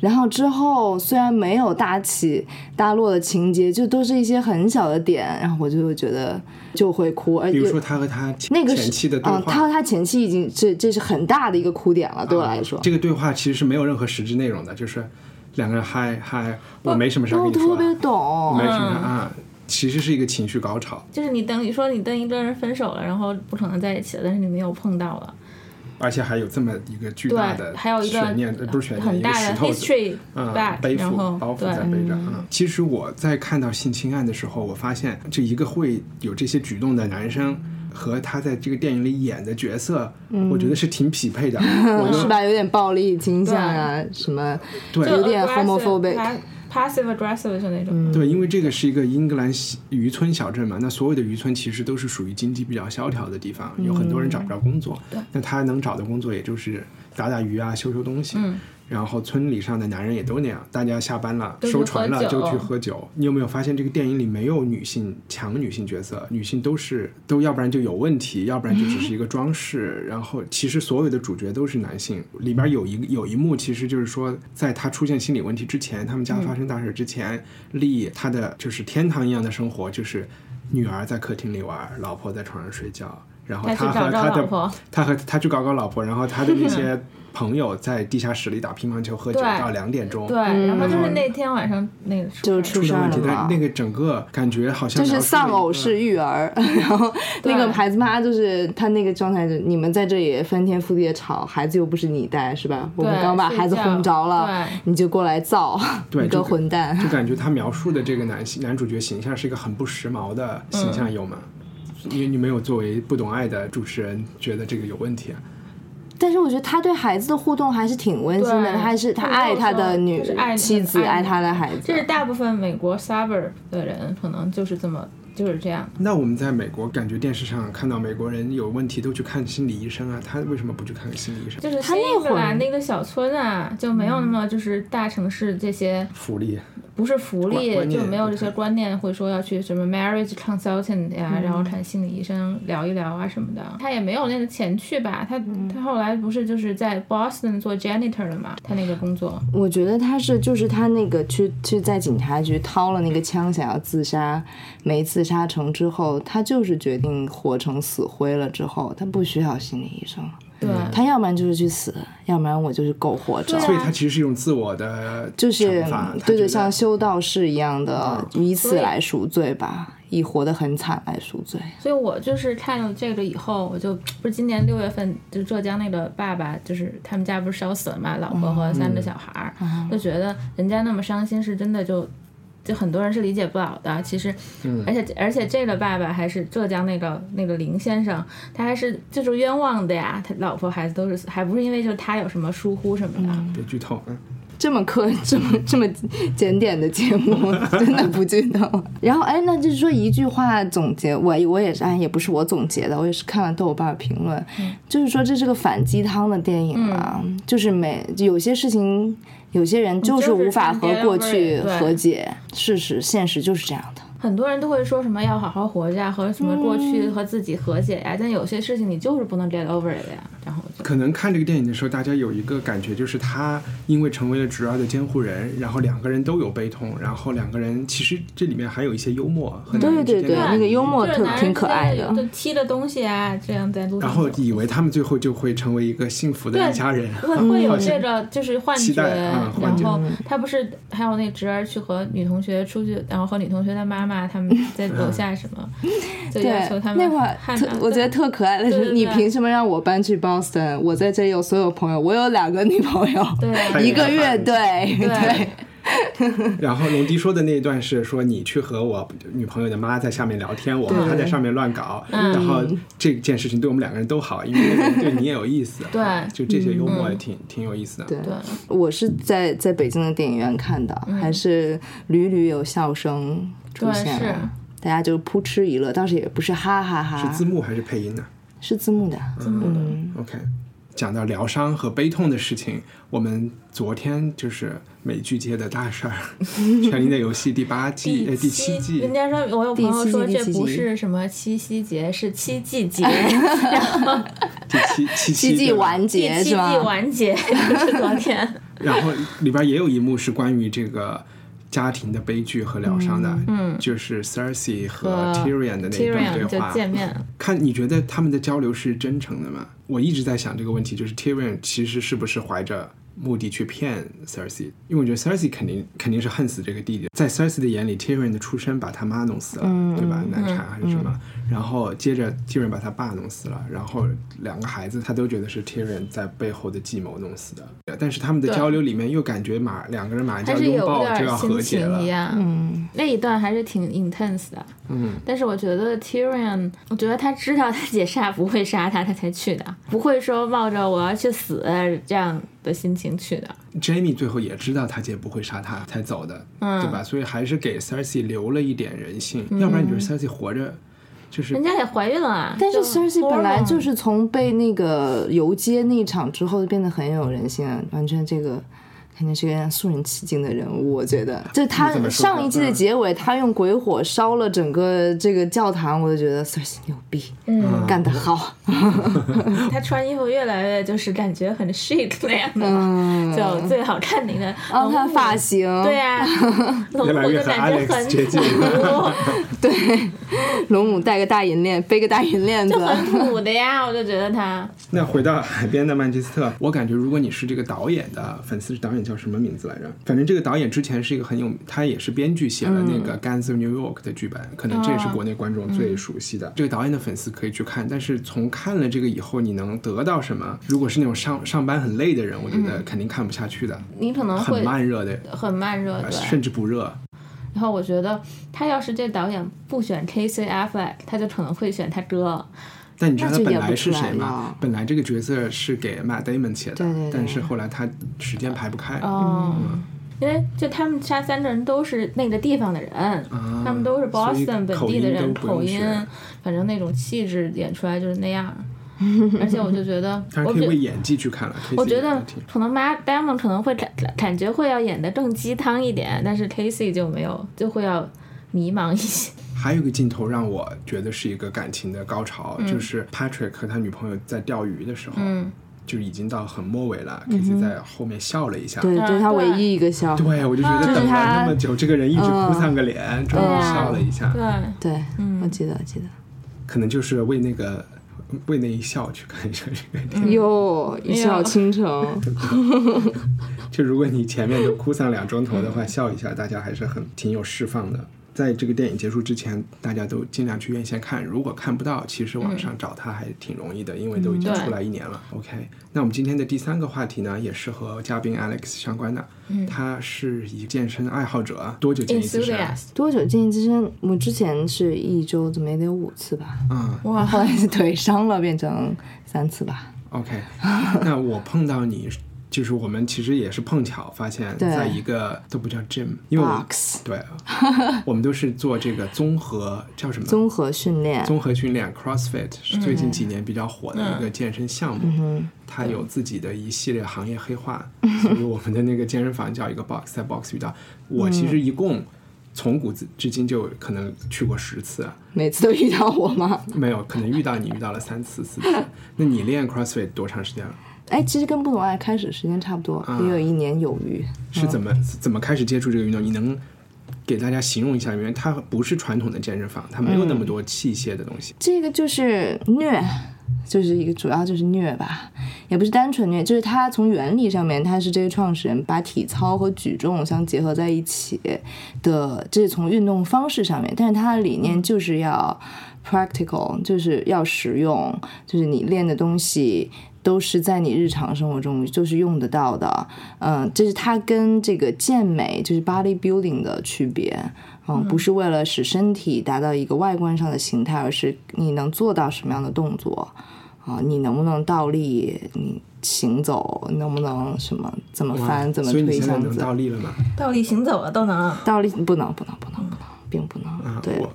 Speaker 4: 然后之后虽然没有大起大落的情节，就都是一些很小的点，然后我就会觉得就会哭，而
Speaker 1: 比
Speaker 4: 且
Speaker 1: 如说他和他前
Speaker 4: 呃那个
Speaker 1: 前妻的对
Speaker 4: 啊、他和
Speaker 1: 话，
Speaker 4: 他前妻已经这这是很大的一个哭点了，对我来说。
Speaker 1: 啊这个对话其实是没有任何实质内容的，就是两个人嗨嗨，我没什么事儿
Speaker 4: 我
Speaker 1: 跟你说
Speaker 4: 特
Speaker 1: 的，
Speaker 4: 别
Speaker 1: 我
Speaker 3: 嗯
Speaker 4: 懂
Speaker 1: 没，什么事儿啊，其实是一个情绪高潮，
Speaker 3: 就是你等你说你跟一个人分手了，然后不可能在一起了，但是你们又碰到了，
Speaker 1: 而且还有这么一个巨
Speaker 3: 对
Speaker 1: 大的，
Speaker 3: 还有一个
Speaker 1: 悬念，呃不是悬念，
Speaker 3: 很
Speaker 1: 一个
Speaker 3: 大
Speaker 1: 石
Speaker 3: 的
Speaker 1: 头子。
Speaker 3: history
Speaker 1: 啊
Speaker 3: back，、，
Speaker 1: 背
Speaker 3: 然
Speaker 1: 负
Speaker 3: 后
Speaker 1: 包袱
Speaker 3: 对
Speaker 1: 在背着。嗯，其实我在看到性侵案的时候，我发现这一个会有这些举动的男生和他在这个电影里演的角色，
Speaker 3: 嗯
Speaker 1: 我觉得是挺匹 配的。我
Speaker 4: 是
Speaker 1: 就
Speaker 4: 吧？有点暴力倾向啊，什么
Speaker 1: 对
Speaker 4: 有点
Speaker 3: Aggressive，
Speaker 4: homophobic。嗯
Speaker 3: pa- passive aggressive 就那种。
Speaker 1: 对，因为这个是一个英格兰西渔村小镇嘛，那所有的渔村其实都是属于经济比较萧条的地
Speaker 3: 嗯嗯
Speaker 1: 方，有很多人找不着工作。那他能找的工作也就是打打鱼啊，修修东西。然后村里上的男人也都那样，大家下班了
Speaker 3: 都去
Speaker 1: 收船了
Speaker 3: 喝酒
Speaker 1: 就去喝酒。你有没有发现这个电影里没有女性强女性角色？女性都是都要不然就有问题，要不然就只是一个装饰。然后其实所有的主角都是男性。里边有一个有一幕，其实就是说，在他出现心理问题之前，他们家发生大事之前，丽她的就是天堂一样的生活，就是女儿在客厅里玩，老婆在床上睡觉。然后
Speaker 3: 他去
Speaker 1: 他和
Speaker 3: 找找
Speaker 1: 他
Speaker 3: 老
Speaker 1: 的
Speaker 3: 婆，
Speaker 1: 他和他去搞搞老婆，然后他的那些朋友在地下室里打乒乓球、喝酒
Speaker 3: 对
Speaker 1: 到两点钟。
Speaker 3: 对，
Speaker 4: 嗯
Speaker 3: 然后
Speaker 1: 嗯
Speaker 3: 就是那天晚上那个就啊
Speaker 1: 出
Speaker 4: 事
Speaker 1: 了
Speaker 4: 儿
Speaker 1: 问题，
Speaker 4: 了嘛
Speaker 1: 但那个整个感觉好像
Speaker 4: 就是
Speaker 1: 描述
Speaker 4: 丧
Speaker 1: 了一
Speaker 4: 偶
Speaker 1: 个
Speaker 4: 式育儿， 然后那个孩子妈就是她那个状态，就你们在这里翻天覆地的吵，孩子又不是你带，是吧？我们
Speaker 3: 对
Speaker 4: 刚把
Speaker 3: 睡
Speaker 4: 孩子
Speaker 3: 觉
Speaker 4: 哄着了
Speaker 3: 对，
Speaker 4: 你就过来造，
Speaker 1: 对
Speaker 4: 你
Speaker 1: 就
Speaker 4: 个
Speaker 1: 感
Speaker 4: 混蛋！
Speaker 1: 就感觉他描述的这个男性男主角形象是一个很不时髦的
Speaker 3: 嗯
Speaker 1: 形象，有吗？你你没有作为不懂爱的主持人觉得这个有问题啊？
Speaker 4: 但是我觉得他对孩子的互动还是挺温馨的，
Speaker 3: 对
Speaker 4: 他还是他
Speaker 3: 对
Speaker 4: 爱
Speaker 3: 我
Speaker 4: 他
Speaker 3: 说
Speaker 4: 的女
Speaker 3: 就是爱
Speaker 4: 妻子，
Speaker 3: 爱
Speaker 4: 爱他的孩子
Speaker 3: 这。是大部分美国 suburb 的人可能就是这么就是这样。
Speaker 1: 那我们在美国感觉电视上看到美国人有问题都去看心理医生啊，他为什么不去看个心理医生？
Speaker 3: 就是
Speaker 4: 他
Speaker 3: 新
Speaker 4: 那
Speaker 3: 英格
Speaker 4: 会儿嗯
Speaker 3: 兰那个小村啊，就没有那么就是大城市这些
Speaker 1: 福利，
Speaker 3: 不是福
Speaker 1: 观观
Speaker 3: 利，
Speaker 1: 念
Speaker 3: 就没有这
Speaker 1: 不
Speaker 3: 些
Speaker 1: 太
Speaker 3: 观念，会说要去什么 marriage consultant 呀、然后看心理医生聊一聊啊什么的。他也没有那个钱去吧，他、他后来不是就是在 Boston 做 janitor 了嘛，他那个工作。
Speaker 4: 我觉得他是就是他那个去去在警察局掏了那个枪，想要自杀，没自杀成之后，他就是决定活成死灰了。之后他不需要心理医生了，
Speaker 3: 对，
Speaker 4: 他要不然就是去死，要不然我就是苟活着。
Speaker 3: 啊
Speaker 1: 所以他其实是一种自我的
Speaker 4: 就是
Speaker 1: 啊惩罚他
Speaker 4: 对
Speaker 1: 觉
Speaker 4: 对，
Speaker 1: 得
Speaker 4: 像修道士一样的，以
Speaker 3: 所
Speaker 4: 死
Speaker 3: 以
Speaker 4: 来赎罪吧，以活得很惨来赎罪。
Speaker 3: 所以我就是看了这个以后，我就不是今年六月份，就浙江那个爸爸，就是他们家不是烧死了嘛，老婆和三个小孩儿，就觉得人家那么伤心，是真的就。就很多人是理解不了的，其实，而且而且这个爸爸还是浙江那个那个林先生，他还是就是冤枉的呀，他老婆孩子都是，还不是因为就是他有什么疏忽什么的，
Speaker 1: 别剧透。嗯
Speaker 4: 这么客 这么这么检点的节目， 真的不剧透。然后哎，那就是说一句话总结，我我也是，哎，也不是我总结的，我也是看了豆瓣评论，就是说这是个反鸡汤的电影啊，就是每有些事情，有些人就是无法和过去
Speaker 3: 就是
Speaker 4: 和解，事实现实就是这样的。
Speaker 3: 很多人都会说什么要好好活着呀，和什么过去和自己和解呀，但有些事情你就是不能 get over 的呀，然后我就
Speaker 1: 可能看这个电影的时候，大家有一个感觉，就是他因为成为了侄儿的监护人，然后两个人都有悲痛，然后两个人其实这里面还有一些幽默和男
Speaker 4: 对
Speaker 1: 人之
Speaker 4: 对
Speaker 1: 间的
Speaker 4: 对，那个幽默
Speaker 3: 就是
Speaker 4: 哦特
Speaker 3: 男人
Speaker 4: 挺可爱
Speaker 3: 之
Speaker 4: 的
Speaker 3: 间。就踢的东西啊，这样在路
Speaker 1: 然
Speaker 3: 上走。
Speaker 1: 后以为他们最后就会成为一个幸福的
Speaker 3: 对
Speaker 1: 一家人，
Speaker 3: 会会有这个就是幻
Speaker 1: 期
Speaker 3: 觉，
Speaker 1: 待嗯幻
Speaker 3: 然
Speaker 1: 觉
Speaker 3: 后他不是还有那侄儿去和女同学出去，然后和女同学的妈妈 他们在
Speaker 1: 啊
Speaker 3: 楼下什 么，就要
Speaker 4: 对
Speaker 3: 求他，们
Speaker 4: 那会儿
Speaker 3: 汉
Speaker 4: 特
Speaker 3: 堡
Speaker 4: 我觉得特可爱的
Speaker 3: 对
Speaker 4: 是，
Speaker 3: 对
Speaker 4: 你
Speaker 3: 对
Speaker 4: 凭什么让我搬去 Boston？我在这有所有朋友，我有两个女朋友，
Speaker 3: 对啊
Speaker 4: 一个乐队，
Speaker 3: 对
Speaker 4: 对
Speaker 1: 然后龙迪说的那一段是说你去和我女朋友的妈在下面聊天，我和她在上面乱搞，
Speaker 4: 嗯
Speaker 1: 然后这件事情对我们两个人都好，因为那个人对你也有意 思，
Speaker 3: 对
Speaker 1: 就这些幽默也挺挺有意思的。
Speaker 4: 嗯对
Speaker 3: 对，
Speaker 4: 我是在在北京的电影院看的，还是屡屡有笑声出
Speaker 3: 嗯
Speaker 4: 现
Speaker 3: 对是
Speaker 4: 了，大家就扑哧一乐，倒是也不是哈哈哈，
Speaker 1: 是字幕还是配音呢？
Speaker 4: 是字幕的，
Speaker 1: OK，讲到疗伤和悲痛的事情，我们昨天就是美剧界的大事儿，《权力的游戏》第八季， 呃，第七季，
Speaker 3: 人家说我有朋友说
Speaker 4: 第七
Speaker 3: 这
Speaker 4: 季第七
Speaker 3: 不
Speaker 4: 季嗯
Speaker 3: 是什么七夕节，是七季 节，然后
Speaker 1: 第七七
Speaker 4: 七
Speaker 1: 七
Speaker 4: 季
Speaker 1: 对吧
Speaker 4: 完
Speaker 3: 第
Speaker 4: 结
Speaker 3: 七
Speaker 4: 是
Speaker 3: 季
Speaker 4: 吧？
Speaker 3: 完结 就是昨天，
Speaker 1: 然后里边也有一幕是关于这个。家庭的悲剧和疗伤的，嗯，就是 Cersei 和
Speaker 3: 和
Speaker 1: Tyrion 的那一段
Speaker 3: 呃 Tyrion
Speaker 1: 对
Speaker 3: 就
Speaker 1: 话，
Speaker 3: 见面了，
Speaker 1: 看你觉得他们的交流是真诚的吗？我一直在想这个问题，就是 Tyrion 其实是不是怀着目的去骗 Cersei？因为我觉得 Cersei 肯定肯定是恨死这个弟弟的，在 Cersei 的眼里，Tyrion 的出身把他妈弄死了，
Speaker 3: 嗯
Speaker 1: 对吧？难产还是什么？然后接着 Tyrion 把他爸弄死了，然后两个孩子他都觉得是 Tyrion 在背后的计谋弄死的，但是他们的交流里面又感觉马两个人马上就
Speaker 3: 还
Speaker 1: 要
Speaker 3: 是
Speaker 1: 拥
Speaker 3: 有
Speaker 1: 抱就
Speaker 3: 点
Speaker 1: 要和
Speaker 3: 心
Speaker 1: 解
Speaker 3: 情
Speaker 1: 了
Speaker 3: 一，样，嗯，那一段还是挺 intense 的，嗯，但是我觉得 Tyrion，我觉得他知道他姐杀不会杀他，他才去的，不会说冒着我要去死这样的心情去的，
Speaker 1: Jamie 最后也知道他姐不会杀他才
Speaker 3: 嗯
Speaker 1: 走的，对吧？所以还是给 Cersei 留了一点人性，要不然你觉得 Cersei 活着就是
Speaker 3: 人家也怀孕了啊。
Speaker 4: 但是 Cersei 本来就是是从被那个游街那一场之后，就变得很有人性啊，完全这个。肯定是个肃人起敬的人物，我觉得，就他
Speaker 1: 你怎么说
Speaker 4: 上一季的
Speaker 1: 嗯
Speaker 4: 结尾，他用鬼火烧了整个这个教堂，我就觉得 Cersei 牛逼，
Speaker 3: 嗯
Speaker 4: 干得好，
Speaker 3: 她穿衣服越来越就是感觉很 chic 那样的嘛，
Speaker 4: 嗯，
Speaker 3: 就最好看的一个。
Speaker 4: 让他发型，
Speaker 3: 哦对啊呀、龙
Speaker 1: 越来
Speaker 3: 虎
Speaker 1: 越
Speaker 3: 就
Speaker 1: 和
Speaker 3: 感觉
Speaker 1: Alex 接近
Speaker 3: 很土，
Speaker 4: 对， 龙母戴个大银链，背个大银链子啊
Speaker 3: 就， 很土的呀，我就觉得她
Speaker 1: 那回到海边的曼彻斯特， 我感觉如果你是这个导演的粉丝，导演叫什么名字来着？反正这个导演之前是一个很有，他也是编剧写了那
Speaker 3: 嗯
Speaker 1: 个《Guns of New York》的剧本，可能这也是国内观众最熟悉
Speaker 3: 哦
Speaker 1: 的。这个导演的粉丝可以去看，但是从看了这个以后，你能得到什么？如果是那种上上班很累的人，我觉得肯定看不下去的，
Speaker 3: 嗯你可能
Speaker 1: 很
Speaker 3: 会
Speaker 1: 慢热的，
Speaker 3: 很慢热，对。
Speaker 1: 甚至不热。
Speaker 3: 然后我觉得他要是这导演不选 K C F F，他就可能会选他哥。
Speaker 1: 但你知道
Speaker 4: 那
Speaker 1: 他
Speaker 4: 就
Speaker 1: 本
Speaker 4: 演
Speaker 1: 来
Speaker 4: 不
Speaker 1: 是
Speaker 4: 出来
Speaker 1: 谁吗
Speaker 4: 了？
Speaker 1: 本来这个角色是给 Matt Damon 写的，
Speaker 4: 对对对
Speaker 1: 但是后来他时间排不开。嗯
Speaker 3: 哦，因为就他们仨三个人都是那个地方的人，
Speaker 1: 啊
Speaker 3: 他们都是
Speaker 1: 所以
Speaker 3: Boston 本
Speaker 1: 口
Speaker 3: 地的
Speaker 1: 音
Speaker 3: 人，
Speaker 1: 都不用
Speaker 3: 口音
Speaker 1: 学，
Speaker 3: 反正那种气质演出来就是那 样。而且我就觉得，
Speaker 1: 但是
Speaker 3: 我
Speaker 1: 可以
Speaker 3: 觉
Speaker 1: 为演技去看了。可以
Speaker 3: 我
Speaker 1: 自己
Speaker 3: 觉得
Speaker 1: 来听
Speaker 3: 可能 Ma Damon 可能会感感觉会要演的更鸡汤一点，但是 Casey 就没有，就会要迷茫 一些。
Speaker 1: 还有一个镜头让我觉得是一个感情的高潮，就是 Patrick 和他女朋友在钓鱼的时候，
Speaker 3: 嗯，
Speaker 1: 就已经到很末尾了。k a s e y 在后面笑了一下，
Speaker 4: 嗯对，
Speaker 3: 嗯
Speaker 4: 这是他唯
Speaker 3: 对
Speaker 4: 一一个笑，
Speaker 1: 对我就觉
Speaker 3: 啊
Speaker 1: 得
Speaker 4: 就是
Speaker 1: 等了
Speaker 4: 他
Speaker 1: 那么久，这个人一直
Speaker 4: 嗯啊
Speaker 1: 哭丧个脸，终于笑了一下，
Speaker 3: 对，
Speaker 4: 对，我记得，我记得。
Speaker 1: 可能就是为那个为那一笑去看一下这个电
Speaker 3: 嗯
Speaker 1: 影。
Speaker 4: 哟，一笑
Speaker 3: 哟
Speaker 4: 倾城，
Speaker 1: 就如果你前面都哭丧两钟头的话，笑一下，大家还是很挺有释放的。在这个电影结束之前，大家都尽量去院线看。如果看不到，其实网上找它还挺容易的，因为都已经出来一年了。OK，那
Speaker 4: 嗯
Speaker 1: 我们今天的第三个话题呢，也是和嘉宾 Alex 相关的。
Speaker 4: 嗯
Speaker 1: 他是一健身爱好者，多久健一次啊身？
Speaker 3: Enthusiast，
Speaker 4: 多久健一次身？我之前是一周怎么也得五次吧，
Speaker 1: 嗯
Speaker 3: 哇，
Speaker 4: 后来是腿伤了，变成三次吧。
Speaker 1: ，OK。那我碰到你，就是我们其实也是碰巧发现，
Speaker 4: 对
Speaker 1: 在一个都不叫 gym，因为我
Speaker 4: Box
Speaker 1: 对，我们都是做这个综合叫什么？
Speaker 4: 综合训练，
Speaker 1: 综合训练
Speaker 4: 嗯
Speaker 1: CrossFit 是最近几年比较火的一个健身项
Speaker 4: 嗯
Speaker 1: 目，它有自己的一系列行业黑化，所以我们的那个健身房叫一个 box，在 box 遇到
Speaker 4: 嗯
Speaker 1: 我其实一共从古至至今就可能去过十次，
Speaker 4: 每次都遇到我吗？
Speaker 1: 没有可能遇到你遇到了三次四次。那你练 CrossFit 多长时间了？
Speaker 4: 哎，其实跟不懂爱开始时间差不多，也有一年有余。
Speaker 1: 是怎么怎么开始接触这个运动？你能给大家形容一下？因为它不是传统的健身房，它没有那
Speaker 4: 嗯
Speaker 1: 么多器械的东西。
Speaker 4: 这个就是虐，就是一个主要就是虐吧，也不是单纯虐，就是它从原理上面，它是这个创始人把体操和举重相结合在一起的，这是从运动方式上面，但是它的理念就是要 practical，就是要实用，就是你练的东西。都是在你日常生活中就是用得到的，嗯，这是它跟这个健美就是 body building 的区别，嗯，不是为了使身体达到一个外观上的形态，而是你能做到什么样的动作啊？你能不能倒立？你行走能不能什么？怎么
Speaker 1: 哇
Speaker 4: 翻？怎么
Speaker 1: 所以你
Speaker 4: 推
Speaker 1: 现在
Speaker 4: 箱
Speaker 1: 能
Speaker 4: 子？
Speaker 1: 倒立了吗？
Speaker 3: 倒立行走啊都能。
Speaker 4: 倒立不能，不能，不能，不能，
Speaker 3: 嗯
Speaker 4: 并不能。
Speaker 1: 啊，
Speaker 4: 对，
Speaker 1: 我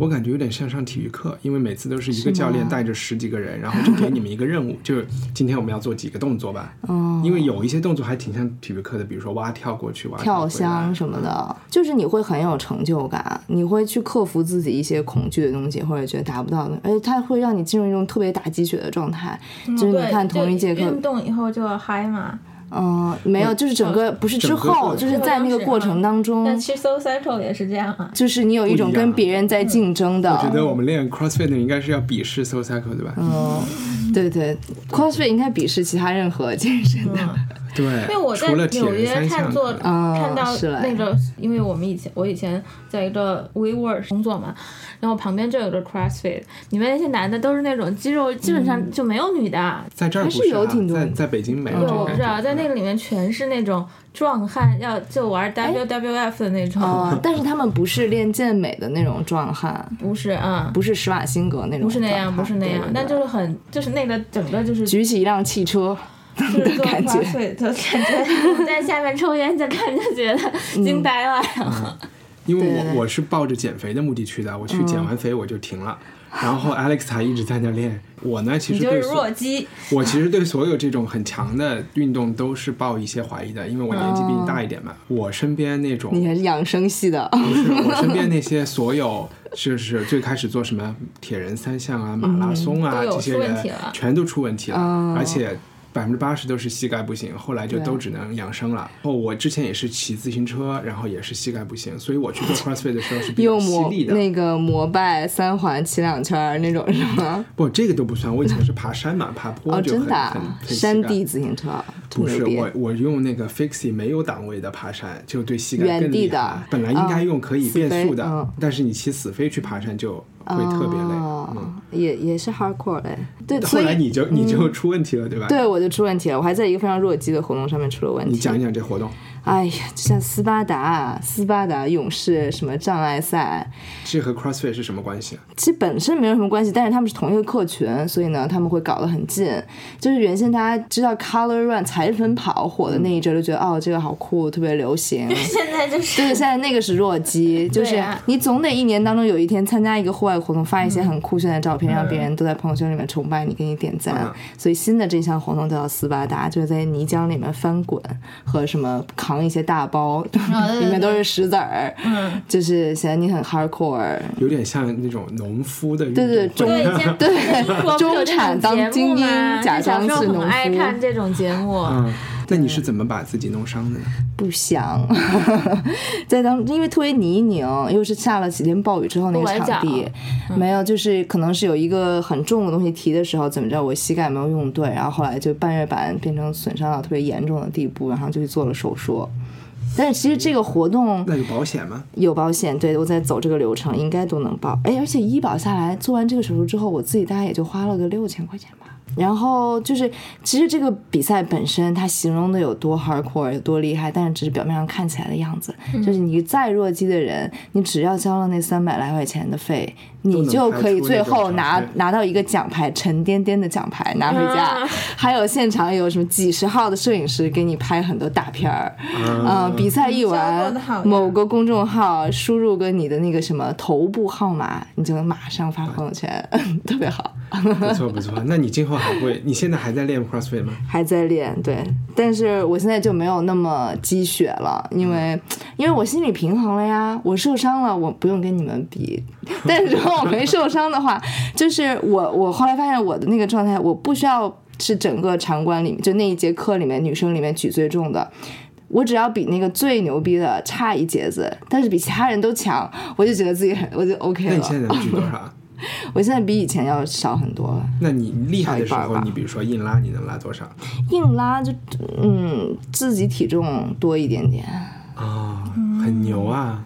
Speaker 1: 我感觉有点像上体育课，因为每次都是一个教练带着十几个人，然后就给你们一个任务，就是今天我们要做几个动作吧。
Speaker 4: 哦
Speaker 1: 嗯，因为有一些动作还挺像体育课的，比如说蛙跳过去、蛙
Speaker 4: 跳
Speaker 1: 回来
Speaker 4: 箱什么。的，就是你会很有成就感，你会去克服自己一些恐惧的东西，或者觉得达不到的，而且它会让你进入一种特别打鸡血的状态。就是你
Speaker 3: 嗯对
Speaker 4: 看
Speaker 3: 就
Speaker 4: 同一节课，
Speaker 3: 运动以后就要嗨嘛。
Speaker 4: 嗯，没有，就是整个不是之
Speaker 1: 整个过
Speaker 4: 后，
Speaker 1: 程
Speaker 4: 就是在那个过程当中，
Speaker 3: 但去 So Central 也是这样啊。
Speaker 4: 就是你有一种
Speaker 1: 不一样
Speaker 4: 跟别人在竞争的，
Speaker 1: 我觉得我们练 CrossFit 的应该是要鄙视 Soul Cycle 对吧？
Speaker 4: 哦对对，CrossFit 应该鄙视其他任何健身 的，
Speaker 1: 对，
Speaker 3: 因为我在
Speaker 1: 除了铁
Speaker 3: 纽
Speaker 1: 人
Speaker 3: 约
Speaker 1: 三项
Speaker 3: 看
Speaker 1: 可
Speaker 3: 做
Speaker 1: 能
Speaker 4: 哦
Speaker 3: 看到
Speaker 4: 是嘞
Speaker 3: 那个，因为我们以前我以前在一个 WeWork 工作嘛，然后旁边就有个 CrossFit，里面那些男的都是那种肌肉基本
Speaker 4: 嗯
Speaker 3: 上就没有女的，
Speaker 1: 在这儿
Speaker 4: 还
Speaker 1: 不
Speaker 4: 是有
Speaker 1: 啊
Speaker 4: 挺多
Speaker 1: 在
Speaker 4: 的
Speaker 1: 在北京没有
Speaker 3: 对，
Speaker 1: 这个
Speaker 3: 我不
Speaker 1: 感
Speaker 3: 知
Speaker 1: 觉
Speaker 3: 道，在那个里面全是那种壮汉，要就玩 WWF 的那种，
Speaker 4: 哎哦，但是他们不是练健美的那种壮汉，
Speaker 3: 不是啊。嗯
Speaker 4: 不是施瓦辛格那种，
Speaker 3: 不是那样，不是那样，但
Speaker 4: 但
Speaker 3: 就是很，就是那个整个就是
Speaker 4: 举起一辆汽车
Speaker 3: 就是
Speaker 4: 的
Speaker 3: 做
Speaker 4: 感觉 嗯
Speaker 1: 嗯
Speaker 3: CrossFit 的感觉，在下面抽烟就看就觉得惊呆了。
Speaker 1: 因为
Speaker 4: 对嗯
Speaker 1: 我我是抱着减肥的目的去的，我去减完肥我就停了。然后 Alex 还一直在那练，我呢其
Speaker 9: 你
Speaker 1: 实
Speaker 9: 就
Speaker 1: 对
Speaker 9: 是
Speaker 1: 所
Speaker 9: 弱鸡。
Speaker 1: 我其实对所有这种很强的运动都是抱一些怀疑的，因为我年纪比你大一点嘛。我身边那种
Speaker 4: 你还是养生系的，
Speaker 1: 不是我身 边那些所有，就是最开始做什么铁人三项啊、马拉松啊、
Speaker 4: 嗯都有
Speaker 1: 这些
Speaker 4: 出问
Speaker 1: 人
Speaker 4: 题了，
Speaker 1: 全都出问题了，
Speaker 4: 哦
Speaker 1: 而且。百分之八十都是膝盖不行，后来就
Speaker 4: 对
Speaker 1: 都只能养生了。然后我之前也是骑自行车，然后也是膝盖不行，所以我去做 CrossFit 的时候是 比较
Speaker 4: 又
Speaker 1: 犀
Speaker 4: 膜
Speaker 1: 利的。
Speaker 4: 那个膜拜三环骑两圈儿 那种是吗？
Speaker 1: 不，这个都不算。我以前是爬山嘛，爬坡
Speaker 4: 哦，
Speaker 1: 就
Speaker 4: 真
Speaker 1: 很、
Speaker 4: 的啊
Speaker 1: 很很
Speaker 4: 山
Speaker 1: 膝盖
Speaker 4: 地自行车，
Speaker 1: 不是
Speaker 4: 特别
Speaker 1: 我，我用那个 Fixie 没有档位的爬山，就对膝盖
Speaker 4: 原
Speaker 1: 更
Speaker 4: 地
Speaker 1: 厉
Speaker 4: 的
Speaker 1: 害。本来应该用可以
Speaker 4: 嗯
Speaker 1: 变速的，
Speaker 4: 死飞嗯
Speaker 1: 但是你骑死飞去爬山就会特别累。
Speaker 4: 哦
Speaker 1: 嗯，
Speaker 4: 也也是 hardcore 嘞。对，
Speaker 1: 后
Speaker 4: 所以
Speaker 1: 来你就你就
Speaker 4: 嗯
Speaker 1: 出问题了，对吧？
Speaker 4: 对，我就出问题了，我还在一个非常弱鸡的活动上面出了问题。
Speaker 1: 你讲一讲这活动，
Speaker 4: 哎呀，就像斯巴达、斯巴达勇士什么障碍赛，
Speaker 1: 这和 CrossFit 是什么关系？啊
Speaker 4: 其实本身没有什么关系，但是他们是同一个客群，所以呢，他们会搞得很近。就是原先大家知道 Color Run 彩粉跑火的那一阵，就觉得、哦，这个好酷，特别流行。
Speaker 9: 现在就是
Speaker 4: 对，现在那个是弱 鸡，就是
Speaker 9: 对啊
Speaker 4: 你总得一年当中有一天参加一个户外活动，发一些很酷炫的照片，让别人都在朋友圈里面崇拜你，给你点赞。
Speaker 9: 嗯
Speaker 4: 所以新的这项活动叫斯巴达，就是在泥浆里面翻滚和什么扛一些大包，
Speaker 9: 哦对
Speaker 4: 里
Speaker 9: 对
Speaker 4: 面都是石子儿，
Speaker 9: 嗯，
Speaker 4: 就是显得你很 hardcore。
Speaker 1: 有点像那种农夫的运动
Speaker 4: 对 对，中
Speaker 1: 会
Speaker 4: 对中产当精英，假装是农夫。
Speaker 9: 这种节目
Speaker 1: 嗯，那你是怎么把自己弄伤的呢？
Speaker 4: 不想 在当，因为特别泥泞，又是下了几天暴雨之后那
Speaker 3: 不
Speaker 4: 个
Speaker 3: 崴
Speaker 4: 场地
Speaker 3: 脚，
Speaker 4: 没有，就是可能是有一个很重的东西提的时候，怎么着我膝盖没有用对，然后后来就半月板变成损伤到特别严重的地步，然后就去做了手术。但是其实这个活动
Speaker 1: 那有保险 吗？
Speaker 4: 有保险，对我在走这个流程应该都能报。哎，而且医保下来做完这个手术之后，我自己大概也就花了个六千块钱吧。然后就是，其实这个比赛本身它形容的有多 hardcore 有多厉害，但是只是表面上看起来的样子。
Speaker 9: 嗯
Speaker 4: 就是你再弱鸡的人，你只要交了那三百来块钱的费，
Speaker 9: 能
Speaker 4: 你就可以最后
Speaker 9: 开
Speaker 4: 拿
Speaker 9: 出那种
Speaker 4: 拿到一个奖牌，沉甸甸的奖牌拿回家。
Speaker 9: 啊
Speaker 4: 还有现场有什么几十号的摄影师给你拍很多大片儿，嗯、
Speaker 9: 啊
Speaker 4: 比赛一
Speaker 9: 销售
Speaker 4: 完
Speaker 9: 得好呀，
Speaker 4: 某个公众号输入个你的那个什么头部号码，你就能马上发朋友圈， 特别好。
Speaker 1: 不错不错，那你今后还会？你现在还在练 CrossFit 吗？
Speaker 4: 还在练，对，但是我现在就没有那么积雪了，因
Speaker 1: 嗯
Speaker 4: 为因为我心理平衡了呀，我受伤了，我不用跟你们比。但是如果我没受伤的话，就是我 我后来发现我的那个状态，我不需要是整个场馆里面就那一节课里面女生里面举最重的。我只要比那个最牛逼的差一截子，但是比其他人都强，我就觉得自己很，我就 OK 了。
Speaker 1: 那你现在能举多少？啊
Speaker 4: 我现在比以前要少很多了。
Speaker 1: 那你厉害的时
Speaker 4: 少一半
Speaker 1: 候，
Speaker 4: 吧
Speaker 1: 你比如说硬拉，你能拉多少？
Speaker 4: 硬拉就嗯自己体重多一点点，
Speaker 1: 啊，很牛啊！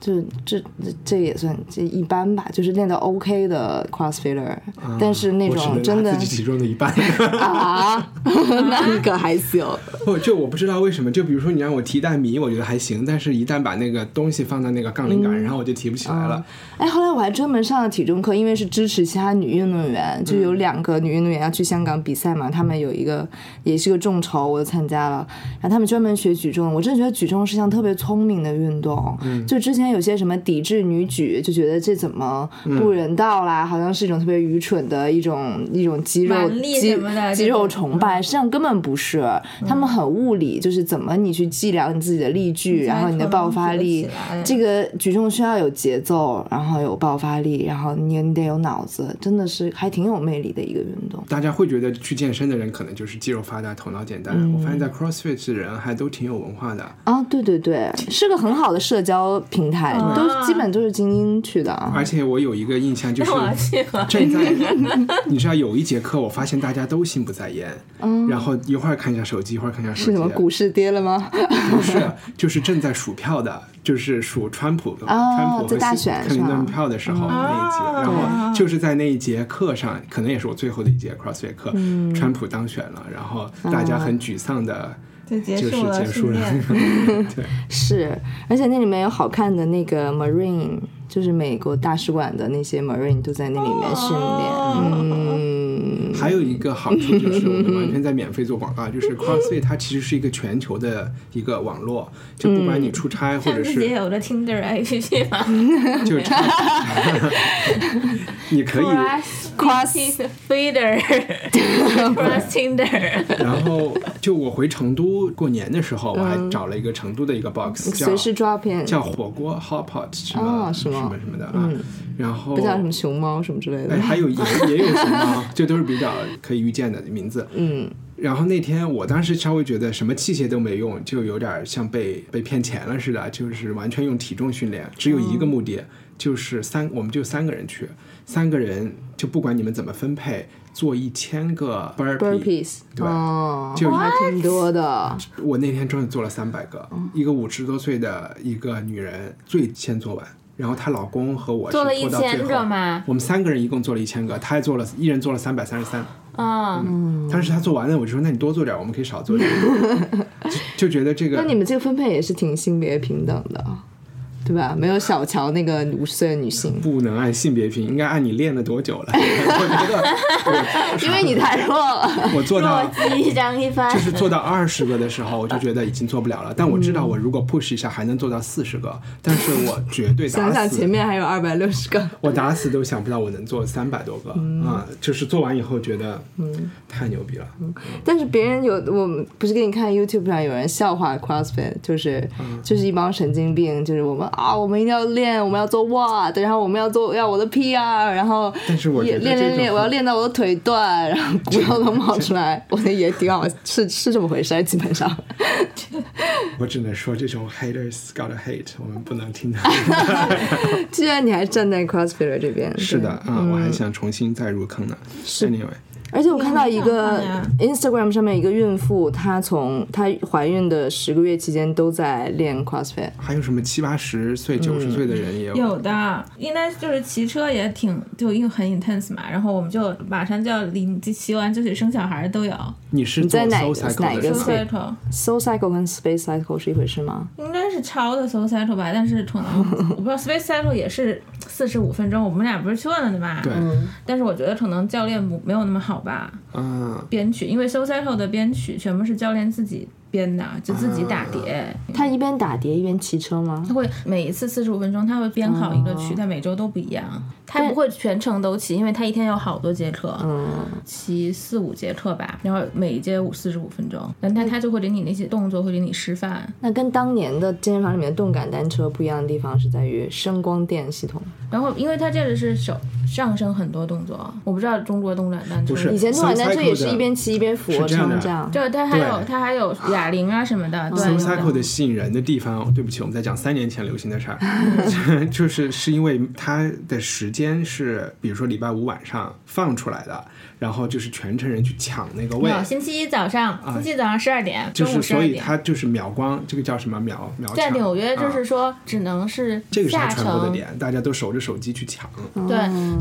Speaker 4: 就这这这也算这一般吧，就是练到 OK 的 crossfitter，、
Speaker 1: 啊
Speaker 4: 但是那
Speaker 1: 我只能
Speaker 4: 种
Speaker 1: 拿
Speaker 4: 真的
Speaker 1: 自己体重的一半
Speaker 4: 啊， 那可还行。
Speaker 1: 哦，就我不知道为什么，就比如说你让我提蛋米，我觉得还行，但是一旦把那个东西放到那个杠铃杆，
Speaker 4: 嗯
Speaker 1: 然后我就提不起来了。
Speaker 4: 哎，后来我还专门上了体重课，因为是支持其他女运动员，就
Speaker 9: 嗯
Speaker 4: 有两个女运动员要去香港比赛嘛，她们有一个也是个众筹，我就参加了。然后她们专门学举重，我真的觉得举重是项特别聪明的运动。
Speaker 9: 嗯
Speaker 4: 就之前有些什么抵制女举，就觉得这怎么
Speaker 9: 嗯
Speaker 4: 不人道啦，好像是一种特别愚蠢的一种一种肌肉
Speaker 9: 蛮力
Speaker 4: 肌
Speaker 9: 什么的
Speaker 4: 肌
Speaker 9: 这种嗯
Speaker 4: 肉崇拜，实际上根本不是。他们很物理，就是怎么你去计量你自己的力
Speaker 9: 你
Speaker 4: 矩，
Speaker 9: 才
Speaker 4: 然后你的
Speaker 9: 能
Speaker 4: 爆发
Speaker 9: 举得
Speaker 4: 力
Speaker 9: 起来，嗯
Speaker 4: 这个举重需要有节奏，然后有爆发力，然后你你得有脑子，真的是还挺有魅力的一个运动。
Speaker 1: 大家会觉得去健身的人可能就是肌肉发达、头脑简单。
Speaker 4: 嗯
Speaker 1: 我发现，在 CrossFit 的人还都挺有文化的，
Speaker 4: 啊，对对对，是个很好的社交平台，
Speaker 9: 啊
Speaker 1: 对
Speaker 4: 都基本都是精英去的啊。
Speaker 1: 而且我有一个印 象就 是
Speaker 9: 那我，要去了。
Speaker 1: 正在 你知道有一节课，我发现大家都心不在焉，
Speaker 4: 嗯
Speaker 1: 然后一会儿看一下手机，一会儿看一下手机，
Speaker 4: 是什么股市跌了吗？
Speaker 1: 不是，就是正在数票的，就是数川普的，
Speaker 4: 哦
Speaker 1: 川普和
Speaker 4: 在大
Speaker 1: 希
Speaker 4: 选
Speaker 1: 克林
Speaker 4: 是吧嗯
Speaker 1: 顿票的时候那一
Speaker 9: 哦
Speaker 1: 节，然后就是在那一节课上，可能也是我最后的一节 CrossFit 课，
Speaker 9: 嗯
Speaker 1: 川普当选了，然后大家很沮丧的，
Speaker 9: 嗯就结
Speaker 1: 就是
Speaker 9: 束了
Speaker 1: 结束了
Speaker 9: 训，
Speaker 1: 对，
Speaker 4: 是，而且那里面有好看的那个
Speaker 9: 哦
Speaker 4: Marine，就是美国大使馆的那些 Marine 都在那里面训练。嗯，嗯，
Speaker 1: 还有一个好处就是我们完全在免费做广告，就 是 CrossFit 它其实是一个全球的一个网络，就不管你出差或 者
Speaker 3: 上次也
Speaker 1: 是
Speaker 3: 有了 Tinder APP 吗？嗯
Speaker 1: 就是 这你 可以
Speaker 3: Cross Feeder，Cross Tinder，
Speaker 1: 然后就我回成都过年的时候，我还找了一个成都的一个 box，叫
Speaker 4: 嗯随时抓片
Speaker 1: 叫火锅 hot pot 什
Speaker 4: 啊
Speaker 1: 么
Speaker 4: 是
Speaker 1: 什
Speaker 4: 吗
Speaker 1: 么什么的啊
Speaker 4: 嗯，
Speaker 1: 然后
Speaker 4: 不叫什么熊猫什么之类的。
Speaker 1: 哎，还有 也也有熊猫，这都是比较可以预见的名字。
Speaker 4: 嗯，
Speaker 1: 然后那天我当时稍微觉得什么器械都没用，就有点像被被骗钱了似的，就是完全用体重训练，只有一
Speaker 4: 哦
Speaker 1: 个目的，就是三，我们就三个人去，三个人就不管你们怎么分配，做一千个 burpee。
Speaker 4: burpees，
Speaker 1: 对
Speaker 4: 哦，
Speaker 1: 就
Speaker 4: 还挺多的。
Speaker 1: 我那天真的做了三百个，
Speaker 4: 嗯
Speaker 1: 一个五十多岁的一个女人最先做完，然后她老公和我是
Speaker 3: 做了一
Speaker 1: 拖到最
Speaker 3: 千个
Speaker 1: 后
Speaker 3: 吗？
Speaker 1: 我们三个人一共做了一千个，他还做了，一人做了三百三十三。
Speaker 3: 嗯，
Speaker 1: 当时他做完了，我就说：“那你多做点，我们可以少做点。 就”就觉得这
Speaker 4: 那
Speaker 1: 个
Speaker 4: 你们这个分配也是挺性别平等的，对吧？没有小乔那个五十岁的女性，
Speaker 1: 不能按性别评，应该按你练了多久了。我觉得我，
Speaker 4: 因为你太弱了。
Speaker 1: 我做到
Speaker 3: 一张一帆，
Speaker 1: 就是做到二十个的时候，我就觉得已经做不了了。但我知道，我如果 push 一下，还能做到四十个。但是我绝对打
Speaker 4: 想
Speaker 1: 死
Speaker 4: 想前面还有二百六十个，
Speaker 1: 我打死都想不到我能做三百多个啊、
Speaker 4: 嗯
Speaker 1: 就是做完以后觉得，嗯，太牛逼了。
Speaker 4: 但是别人有，我们不是给你看 YouTube 上有人笑话 CrossFit，就是、就是一帮神经病，就是我们啊，我们一定要练，我们要做 What，然后我们要做要我的 PR，然后
Speaker 1: 但是我觉
Speaker 4: 也
Speaker 1: 得
Speaker 4: 练
Speaker 1: 这
Speaker 4: 练
Speaker 1: 种
Speaker 4: 练，我要练到我的腿断，然 后骨头都冒出来，我觉得也挺好，是是这么回事儿，基本上。
Speaker 1: 我只能说，这种 haters gotta hate，我们不能听 到。
Speaker 4: 既然你还站在 CrossFit 这边，
Speaker 1: 是的啊、
Speaker 4: 嗯
Speaker 1: 我还想重新再入坑呢。是 anyway，
Speaker 4: 而且我看到一个
Speaker 3: 你哎好看
Speaker 4: Instagram 上面一个孕妇，她从她怀孕的十个月期间都在练 CrossFit。
Speaker 1: 还有什么七八十岁、九
Speaker 4: 嗯
Speaker 1: 十岁的人也有。
Speaker 3: 有的，应该就是骑车也挺就又很 intense 嘛，然后我们就马上就要临骑完就得生小孩都有。
Speaker 1: 你是
Speaker 4: 你在
Speaker 1: 做
Speaker 4: 哪
Speaker 1: soul
Speaker 4: 个
Speaker 1: cycle
Speaker 4: 哪
Speaker 1: 的是
Speaker 4: 个
Speaker 1: 吗
Speaker 3: Cycle
Speaker 4: Soul Cycle 跟 Space Cycle 是一回事吗？
Speaker 3: 应该是超的 Soul Cycle 吧，但是可 能我不知道 Space Cycle 也是四十五分钟，我们俩不是去问了的嘛？
Speaker 1: 对，
Speaker 3: 但是我觉得可能教练不没有那么好吧，
Speaker 1: 啊，
Speaker 3: 编曲，因为 Soul Cycle 的编曲全部是教练自己编的，就自己打碟。
Speaker 4: 她一边打碟一边骑车吗
Speaker 3: 他？会每一次四十五分钟，他会编好一个曲，但每周都不一样。他不会全程都骑，因为他一天有好多节课，骑四五节课吧，然后每一节五四十五分钟。但他他就会给你那些动作，会给你示范。
Speaker 4: 那跟当年的健身房里面的动感单车不一样的地方是在于声光电系 统。
Speaker 3: 然后，因为他这个是手上身很多动作，我不知道中国动感单车
Speaker 1: 不是
Speaker 4: 以前动感单车也是
Speaker 1: Soul Cycle 的
Speaker 4: 一边骑一边俯卧
Speaker 1: 是这样的
Speaker 4: 撑这样。
Speaker 3: 对，他还有
Speaker 1: 对
Speaker 3: 他还有哑铃啊什么的，对
Speaker 1: Soul
Speaker 3: 有的
Speaker 1: Cycle 的吸引人的地方，哦对不起，我们在讲三年前流行的事 儿，就是是因为它的时间是，比如说礼拜五晚上放出来的，然后就是全城人去抢那个位
Speaker 3: 没有，星期一早上，星期一早上十二点，
Speaker 1: 就
Speaker 3: 中午
Speaker 1: 是
Speaker 3: 十
Speaker 1: 所
Speaker 3: 二
Speaker 1: 以
Speaker 3: 点。
Speaker 1: 它啊就是秒光，这个叫什么秒秒抢？
Speaker 3: 在纽约就
Speaker 1: 啊
Speaker 3: 是说，只能是
Speaker 1: 这个是它
Speaker 3: 下嗯
Speaker 1: 传播的
Speaker 3: 层，
Speaker 1: 点，大家都守着手机去抢。
Speaker 3: 对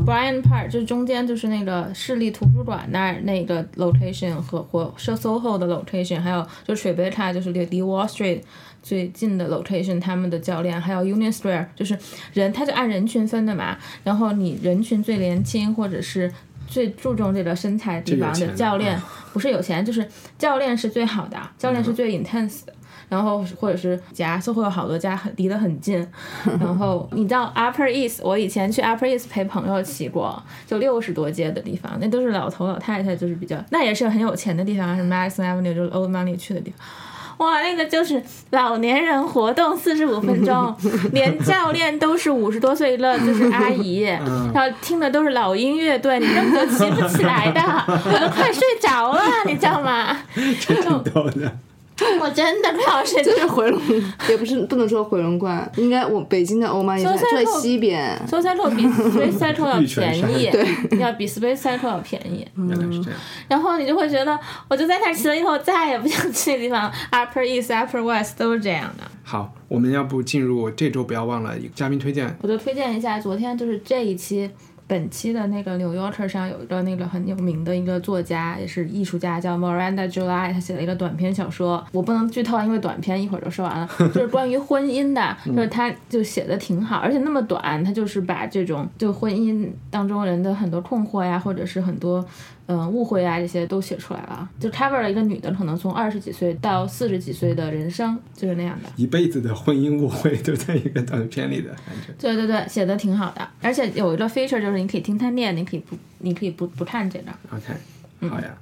Speaker 3: ，Brian Park 就中间就是那个市立图书馆那儿那个 location 和和 SoHo 的 location，还有就 Tribeca 就是离离 Wall Street 最近的 location，他们的教练还有 Union Square 就是人，他就按人群分的嘛。然后你人群最年轻或者是最注重这个身材地
Speaker 1: 最有
Speaker 3: 方
Speaker 1: 钱
Speaker 3: 的
Speaker 1: 的
Speaker 3: 教练
Speaker 1: 嗯，
Speaker 3: 不是有钱就是教练是最好的，教练是最 intense 的。然后或者是家，就会有好多家很离得很近。然后你到 Upper East，我以前去 Upper East 陪朋友骑过，就六十多街的地方，那都是老头老太太，就是比较那也是很有钱的地方，什么 Madison Avenue 就是 Old Money 去的地方。哇，那个就是老年人活动四十五 分钟，连教练都是五十多岁了，就是阿 姨，
Speaker 1: 嗯
Speaker 3: 然后听的都是老音乐队，你根本就骑不起来的，我都快睡着了，你知道吗？
Speaker 1: 挺逗的。
Speaker 3: 我真的快要睡着
Speaker 4: 就是回龙， 也不是不能说回龙观，应该我北京的欧曼也
Speaker 3: Soul
Speaker 4: 是
Speaker 3: Cycle
Speaker 4: 在西边。
Speaker 3: Soul Cycle 比 Space Cycle 要
Speaker 1: 玉泉
Speaker 3: 便宜，
Speaker 1: 山
Speaker 3: 要比 Space Cycle 要便宜。
Speaker 1: 原来是这样，
Speaker 3: 然后你就会觉得，我就在那儿骑了以后，再也不想去的地方，Upper East、Upper West 都是这样的。
Speaker 1: 好，我们要不进入这周不要忘了嘉宾推荐，
Speaker 3: 我就推荐一下，昨天就是这一期本期的那个《New Yorker》上有一个那个很有名的一个作家，也是艺术家，叫 Miranda July，他写了一个短篇小说，我不能剧透啊，因为短篇一会儿就说完了，就是关于婚姻的，就是他就写的挺好，而且那么短，他就是把这种就婚姻当中人的很多困惑呀，或者是很多。嗯，误会啊，这些都写出来了，就 cover 了一个女的，可能从二十几岁到四十几岁的人生，就是那样的。
Speaker 1: 一辈子的婚姻误会都在一个短片里的感觉。
Speaker 3: 对对对，写的挺好的，而且有一个 feature 就是你可以听他念，你可以不，你可以不不看这个。
Speaker 1: OK，好呀。
Speaker 3: 嗯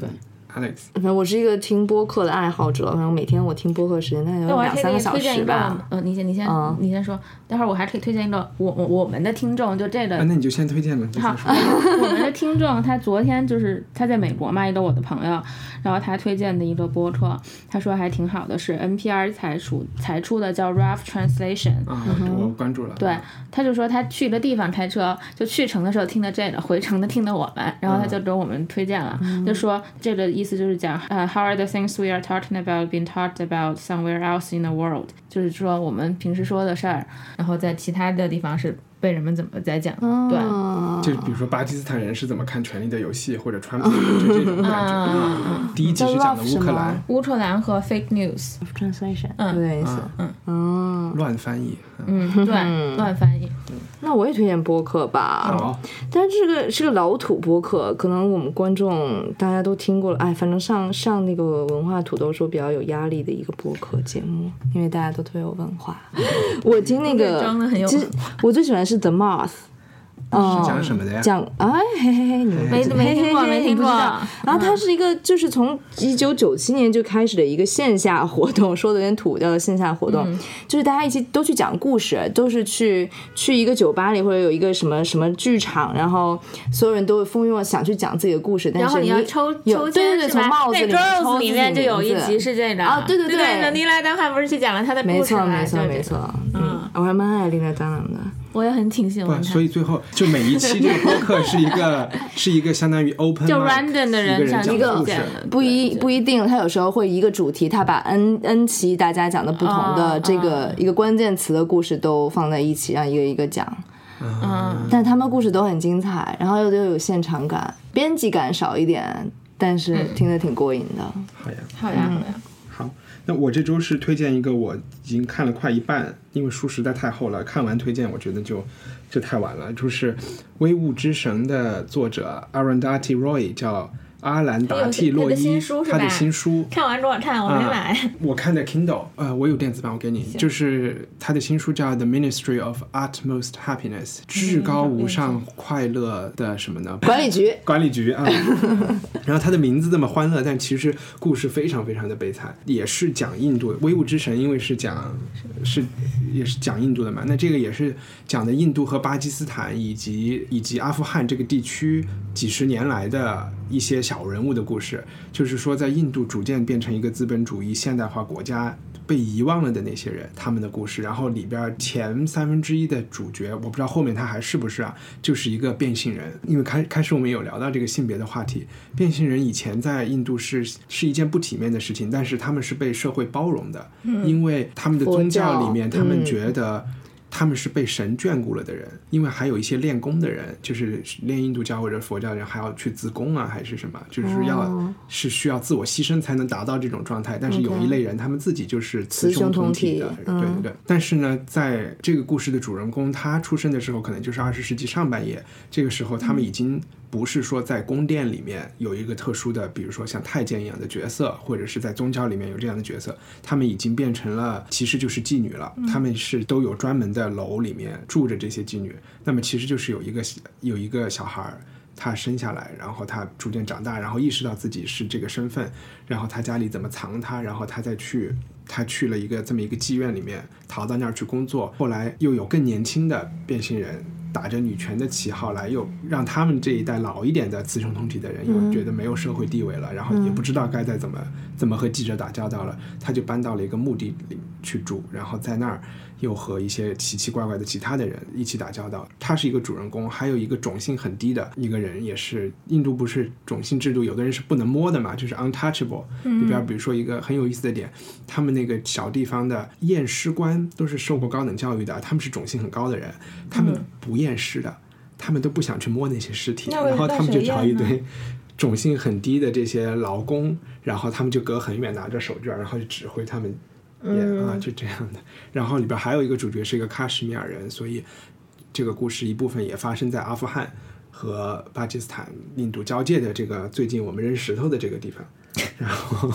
Speaker 3: 对
Speaker 1: ，Alex，
Speaker 4: 反正我是一个听播客的爱好者，反正每天我听播客时间大概
Speaker 3: 那
Speaker 4: 有
Speaker 3: 我还
Speaker 4: 嗯
Speaker 3: 可
Speaker 4: 两
Speaker 3: 以
Speaker 4: 三
Speaker 3: 给
Speaker 4: 个
Speaker 3: 你
Speaker 4: 小
Speaker 3: 推荐
Speaker 4: 时
Speaker 3: 一个
Speaker 4: 吧，。
Speaker 3: 嗯，你先你先、
Speaker 4: 嗯
Speaker 3: 你先说，待会儿我还可以推荐一个我我我们的听众，就这个。
Speaker 1: 啊，那你就先推荐吧。
Speaker 3: 好， 我们的听众他昨天就是他在美国嘛，一个我的朋友，然后他推荐的一个播客，他说还挺好的，是 NPR 才出才出的叫 Rough Translation，、
Speaker 1: 啊，我关注了。
Speaker 3: 对，
Speaker 4: 嗯
Speaker 3: 他就说他去一个地方开车，就去程的时候听的这个，回程的听的我们，然后他就给我们推荐了，
Speaker 4: 嗯
Speaker 3: 就说这个意思就是讲，呃、h o w are the things we are talking about being talked about somewhere else in the world？就是说我们平时说的事儿，然后在其他的地方是被人们怎么在讲，
Speaker 4: 哦
Speaker 3: 对。
Speaker 4: 嗯
Speaker 1: 就是比如说巴基斯坦人是怎么看《权力的游戏》或者川普就这种感觉。啊
Speaker 3: 嗯，
Speaker 1: 第一集是讲的乌克兰，
Speaker 3: 乌克兰和 fake news
Speaker 4: translation，
Speaker 3: 嗯，
Speaker 4: 有点意思。
Speaker 3: 嗯
Speaker 4: 嗯，
Speaker 1: 乱翻译。
Speaker 3: 嗯，对，乱翻译。
Speaker 4: 那我也推荐播客吧，
Speaker 1: 好
Speaker 4: 但这个是个老土播客，可能我们观众大家都听过了。哎，反正上上那个文化土豆说比较有压力的一个播客节目，因为大家都特有文化。我 听那
Speaker 3: 对
Speaker 4: 个
Speaker 3: 装得很有，
Speaker 4: 其实
Speaker 3: 文
Speaker 4: 我最喜欢是 The Moth。嗯，
Speaker 1: 讲什么的呀
Speaker 4: 讲哎嘿嘿嘿，你们
Speaker 3: 没
Speaker 4: 不知
Speaker 3: 没听过
Speaker 4: 嘿嘿嘿
Speaker 3: 没听
Speaker 4: 你不知
Speaker 3: 过
Speaker 4: 道然后它是一个，就是从一九九七年就开始的一个线下活动，说的有点土叫线下活动，
Speaker 3: 嗯
Speaker 4: 就是大家一起都去讲故事，都是去去一个酒吧里或者有一个什么什么剧场，然后所有人都会蜂拥地想去讲自己的故事，但是
Speaker 3: 然后你要抽
Speaker 4: 有
Speaker 3: 抽签
Speaker 4: 对对对，
Speaker 3: 是吧
Speaker 4: 从帽子
Speaker 3: 那
Speaker 4: 里面抽
Speaker 3: Girls
Speaker 4: 自己
Speaker 3: 里面就有一
Speaker 4: 名字
Speaker 3: 集是这个
Speaker 4: 啊，对
Speaker 3: 对
Speaker 4: 对
Speaker 3: 那尼拉丹汉不是去讲了他的
Speaker 4: 没
Speaker 3: 故事
Speaker 4: 错
Speaker 3: 吗？
Speaker 4: 没错
Speaker 3: 就是
Speaker 4: 没错，
Speaker 3: 嗯，
Speaker 4: 我还蛮爱琳达·丹朗的。
Speaker 3: 我也很挺喜欢
Speaker 1: 不，
Speaker 3: 他
Speaker 1: 所。以最后就每一期这个播客是一个是一个相当于 open，
Speaker 3: 就
Speaker 1: mic，
Speaker 3: random 的人
Speaker 1: 一个人
Speaker 3: 上去
Speaker 1: 讲故
Speaker 3: 讲
Speaker 1: 事。
Speaker 4: 不一不一定，他有时候会一个主题，他把 n n 期大家讲的不同的这个一个关键词的故事都放在一起，让一个一个讲。
Speaker 3: 嗯，
Speaker 4: 但他们故事都很精彩，然后又都有现场感，编辑感少一点，但是听得挺过瘾的。
Speaker 1: 好呀，
Speaker 3: 好呀好呀，
Speaker 1: 好。那我这周是推荐一个我已经看了快一半，因为书实在太厚了，看完推荐我觉得就这太晚了。就是《微物之神》的作者 Arundhati Roy 叫阿兰达蒂洛伊，
Speaker 3: 哎他有他的新书是吧
Speaker 1: 他的新书
Speaker 3: 看完给我看，我没买。
Speaker 1: 啊我看的 Kindle，呃，我有电子版，我给你。就是他的新书叫《The Ministry of Utmost
Speaker 3: 嗯
Speaker 1: Happiness》，至高无上快乐的什么 呢？
Speaker 4: 管理局，
Speaker 1: 管理局啊。 然后他的名字这么欢乐，但其实故事非常非常的悲惨，也是讲印度唯物之神，因为是讲是也是讲印度的嘛。那这个也是讲的印度和巴基斯坦以及以及阿富汗这个地区几十年来的一些小人物的故事，就是说在印度逐渐变成一个资本主义现代化国家。被遗忘了的那些人，他们的故事，然后里边前三分之一的主角，我不知道后面他还是不是啊，就是一个变性人。因为开开始我们有聊到这个性别的话题，变性人以前在印度是是一件不体面的事情，但是他们是被社会包容的，
Speaker 11: 嗯
Speaker 1: 因为他们的宗教里面，
Speaker 11: 佛
Speaker 1: 他
Speaker 11: 教
Speaker 1: 们
Speaker 11: 嗯
Speaker 1: 觉得他们是被神眷顾了的人，因为还有一些练功的人，就是练印度教或者佛教的人，还要去自宫啊，还是什么，就是要、
Speaker 4: 哦
Speaker 1: 是需要自我牺牲才能达到这种状态。但是有
Speaker 4: OK
Speaker 1: 一类人，他们自己就是
Speaker 4: 雌
Speaker 1: 雌
Speaker 4: 雄
Speaker 1: 雄
Speaker 4: 同
Speaker 1: 体的
Speaker 4: 体，
Speaker 1: 对
Speaker 4: 嗯
Speaker 1: 对对。但是呢，在这个故事的主人公，他出生的时候可能就是二十世纪上半叶，这个时候他们已经不是说在宫殿里面有一个特殊的，比如说像太监一样的角色，或者是在宗教里面有这样的角色，他们已经变成了其实就是妓女了
Speaker 11: 嗯。
Speaker 1: 他们是都有专门的楼里面住着这些妓女。那么其实就是有一个有一个小孩儿。他生下来，然后他逐渐长大，然后意识到自己是这个身份，然后他家里怎么藏他，然后他再去，他去了一个这么一个妓院里面，逃到那儿去工作。后来又有更年轻的变性人打着女权的旗号来，又让他们这一代老一点的雌雄同体的人
Speaker 11: 嗯
Speaker 1: 又觉得没有社会地位了，然后
Speaker 11: 嗯
Speaker 1: 也不知道该再怎么怎么和记者打交道了，他就搬到了一个墓地里去住，然后在那儿又和一些奇奇怪怪的其他的人一起打交道。他是一个主人公，还有一个种姓很低的一个人，也是印度不是种姓制度，有的人是不能摸的嘛，就是 untouchable。
Speaker 11: 嗯
Speaker 1: 里边比如说一个很有意思的点，他们那个小地方的验尸官都是受过高等教育的，他们是种姓很高的人，他们
Speaker 11: 嗯
Speaker 1: 不验尸的。他们都不想去摸那些尸体，
Speaker 3: 那为
Speaker 1: 然后
Speaker 3: 那
Speaker 1: 他们就
Speaker 3: 谁
Speaker 1: 找
Speaker 3: 验
Speaker 1: 一
Speaker 3: 呢
Speaker 1: 堆种姓很低的这些劳工，然后他们就隔很远拿着手绢，然后就指挥他们演、啊，
Speaker 3: 嗯
Speaker 1: 就这样的。然后里边还有一个主角是一个喀什米尔人，所以这个故事一部分也发生在阿富汗和巴基斯坦、印度交界的这个最近我们扔石头的这个地 方。然后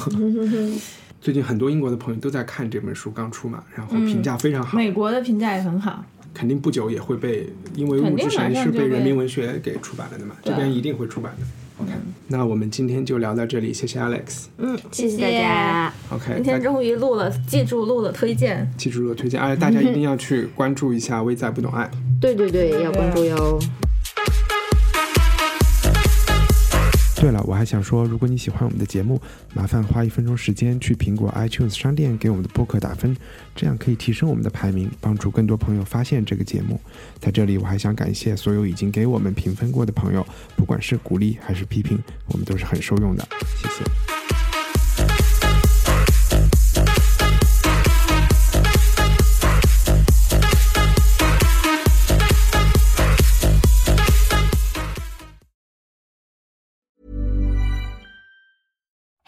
Speaker 1: 最近很多英国的朋友都在看这本书，刚出嘛，然后评价非常好，
Speaker 3: 美国的评价也很好。
Speaker 1: 肯定不久也会被，因为《物
Speaker 3: 肯定
Speaker 1: 之
Speaker 3: 马
Speaker 1: 神》
Speaker 3: 上
Speaker 1: 是
Speaker 3: 就
Speaker 1: 被人
Speaker 3: 被
Speaker 1: 民文学给出版了的嘛，
Speaker 3: 对
Speaker 1: 这边一定会出版的。OK，那我们今天就聊到这里，谢谢 Alex。
Speaker 3: 嗯，
Speaker 12: 谢谢大家。
Speaker 1: OK，
Speaker 3: 今天
Speaker 1: 大
Speaker 3: 终于录了，记住录了推荐。
Speaker 1: 记住了推荐，哎，大家一定要去关注一下《微在不懂爱》。
Speaker 4: 对对对，要关注哟。
Speaker 13: 对了，我还想说，如果你喜欢我们的节目，麻烦花一分钟时间去苹果 iTunes 商店给我们的播客打分，这样可以提升我们的排名，帮助更多朋友发现这个节目。在这里，我还想感谢所有已经给我们评分过的朋友，不管是鼓励还是批评，我们都是很受用的，谢谢。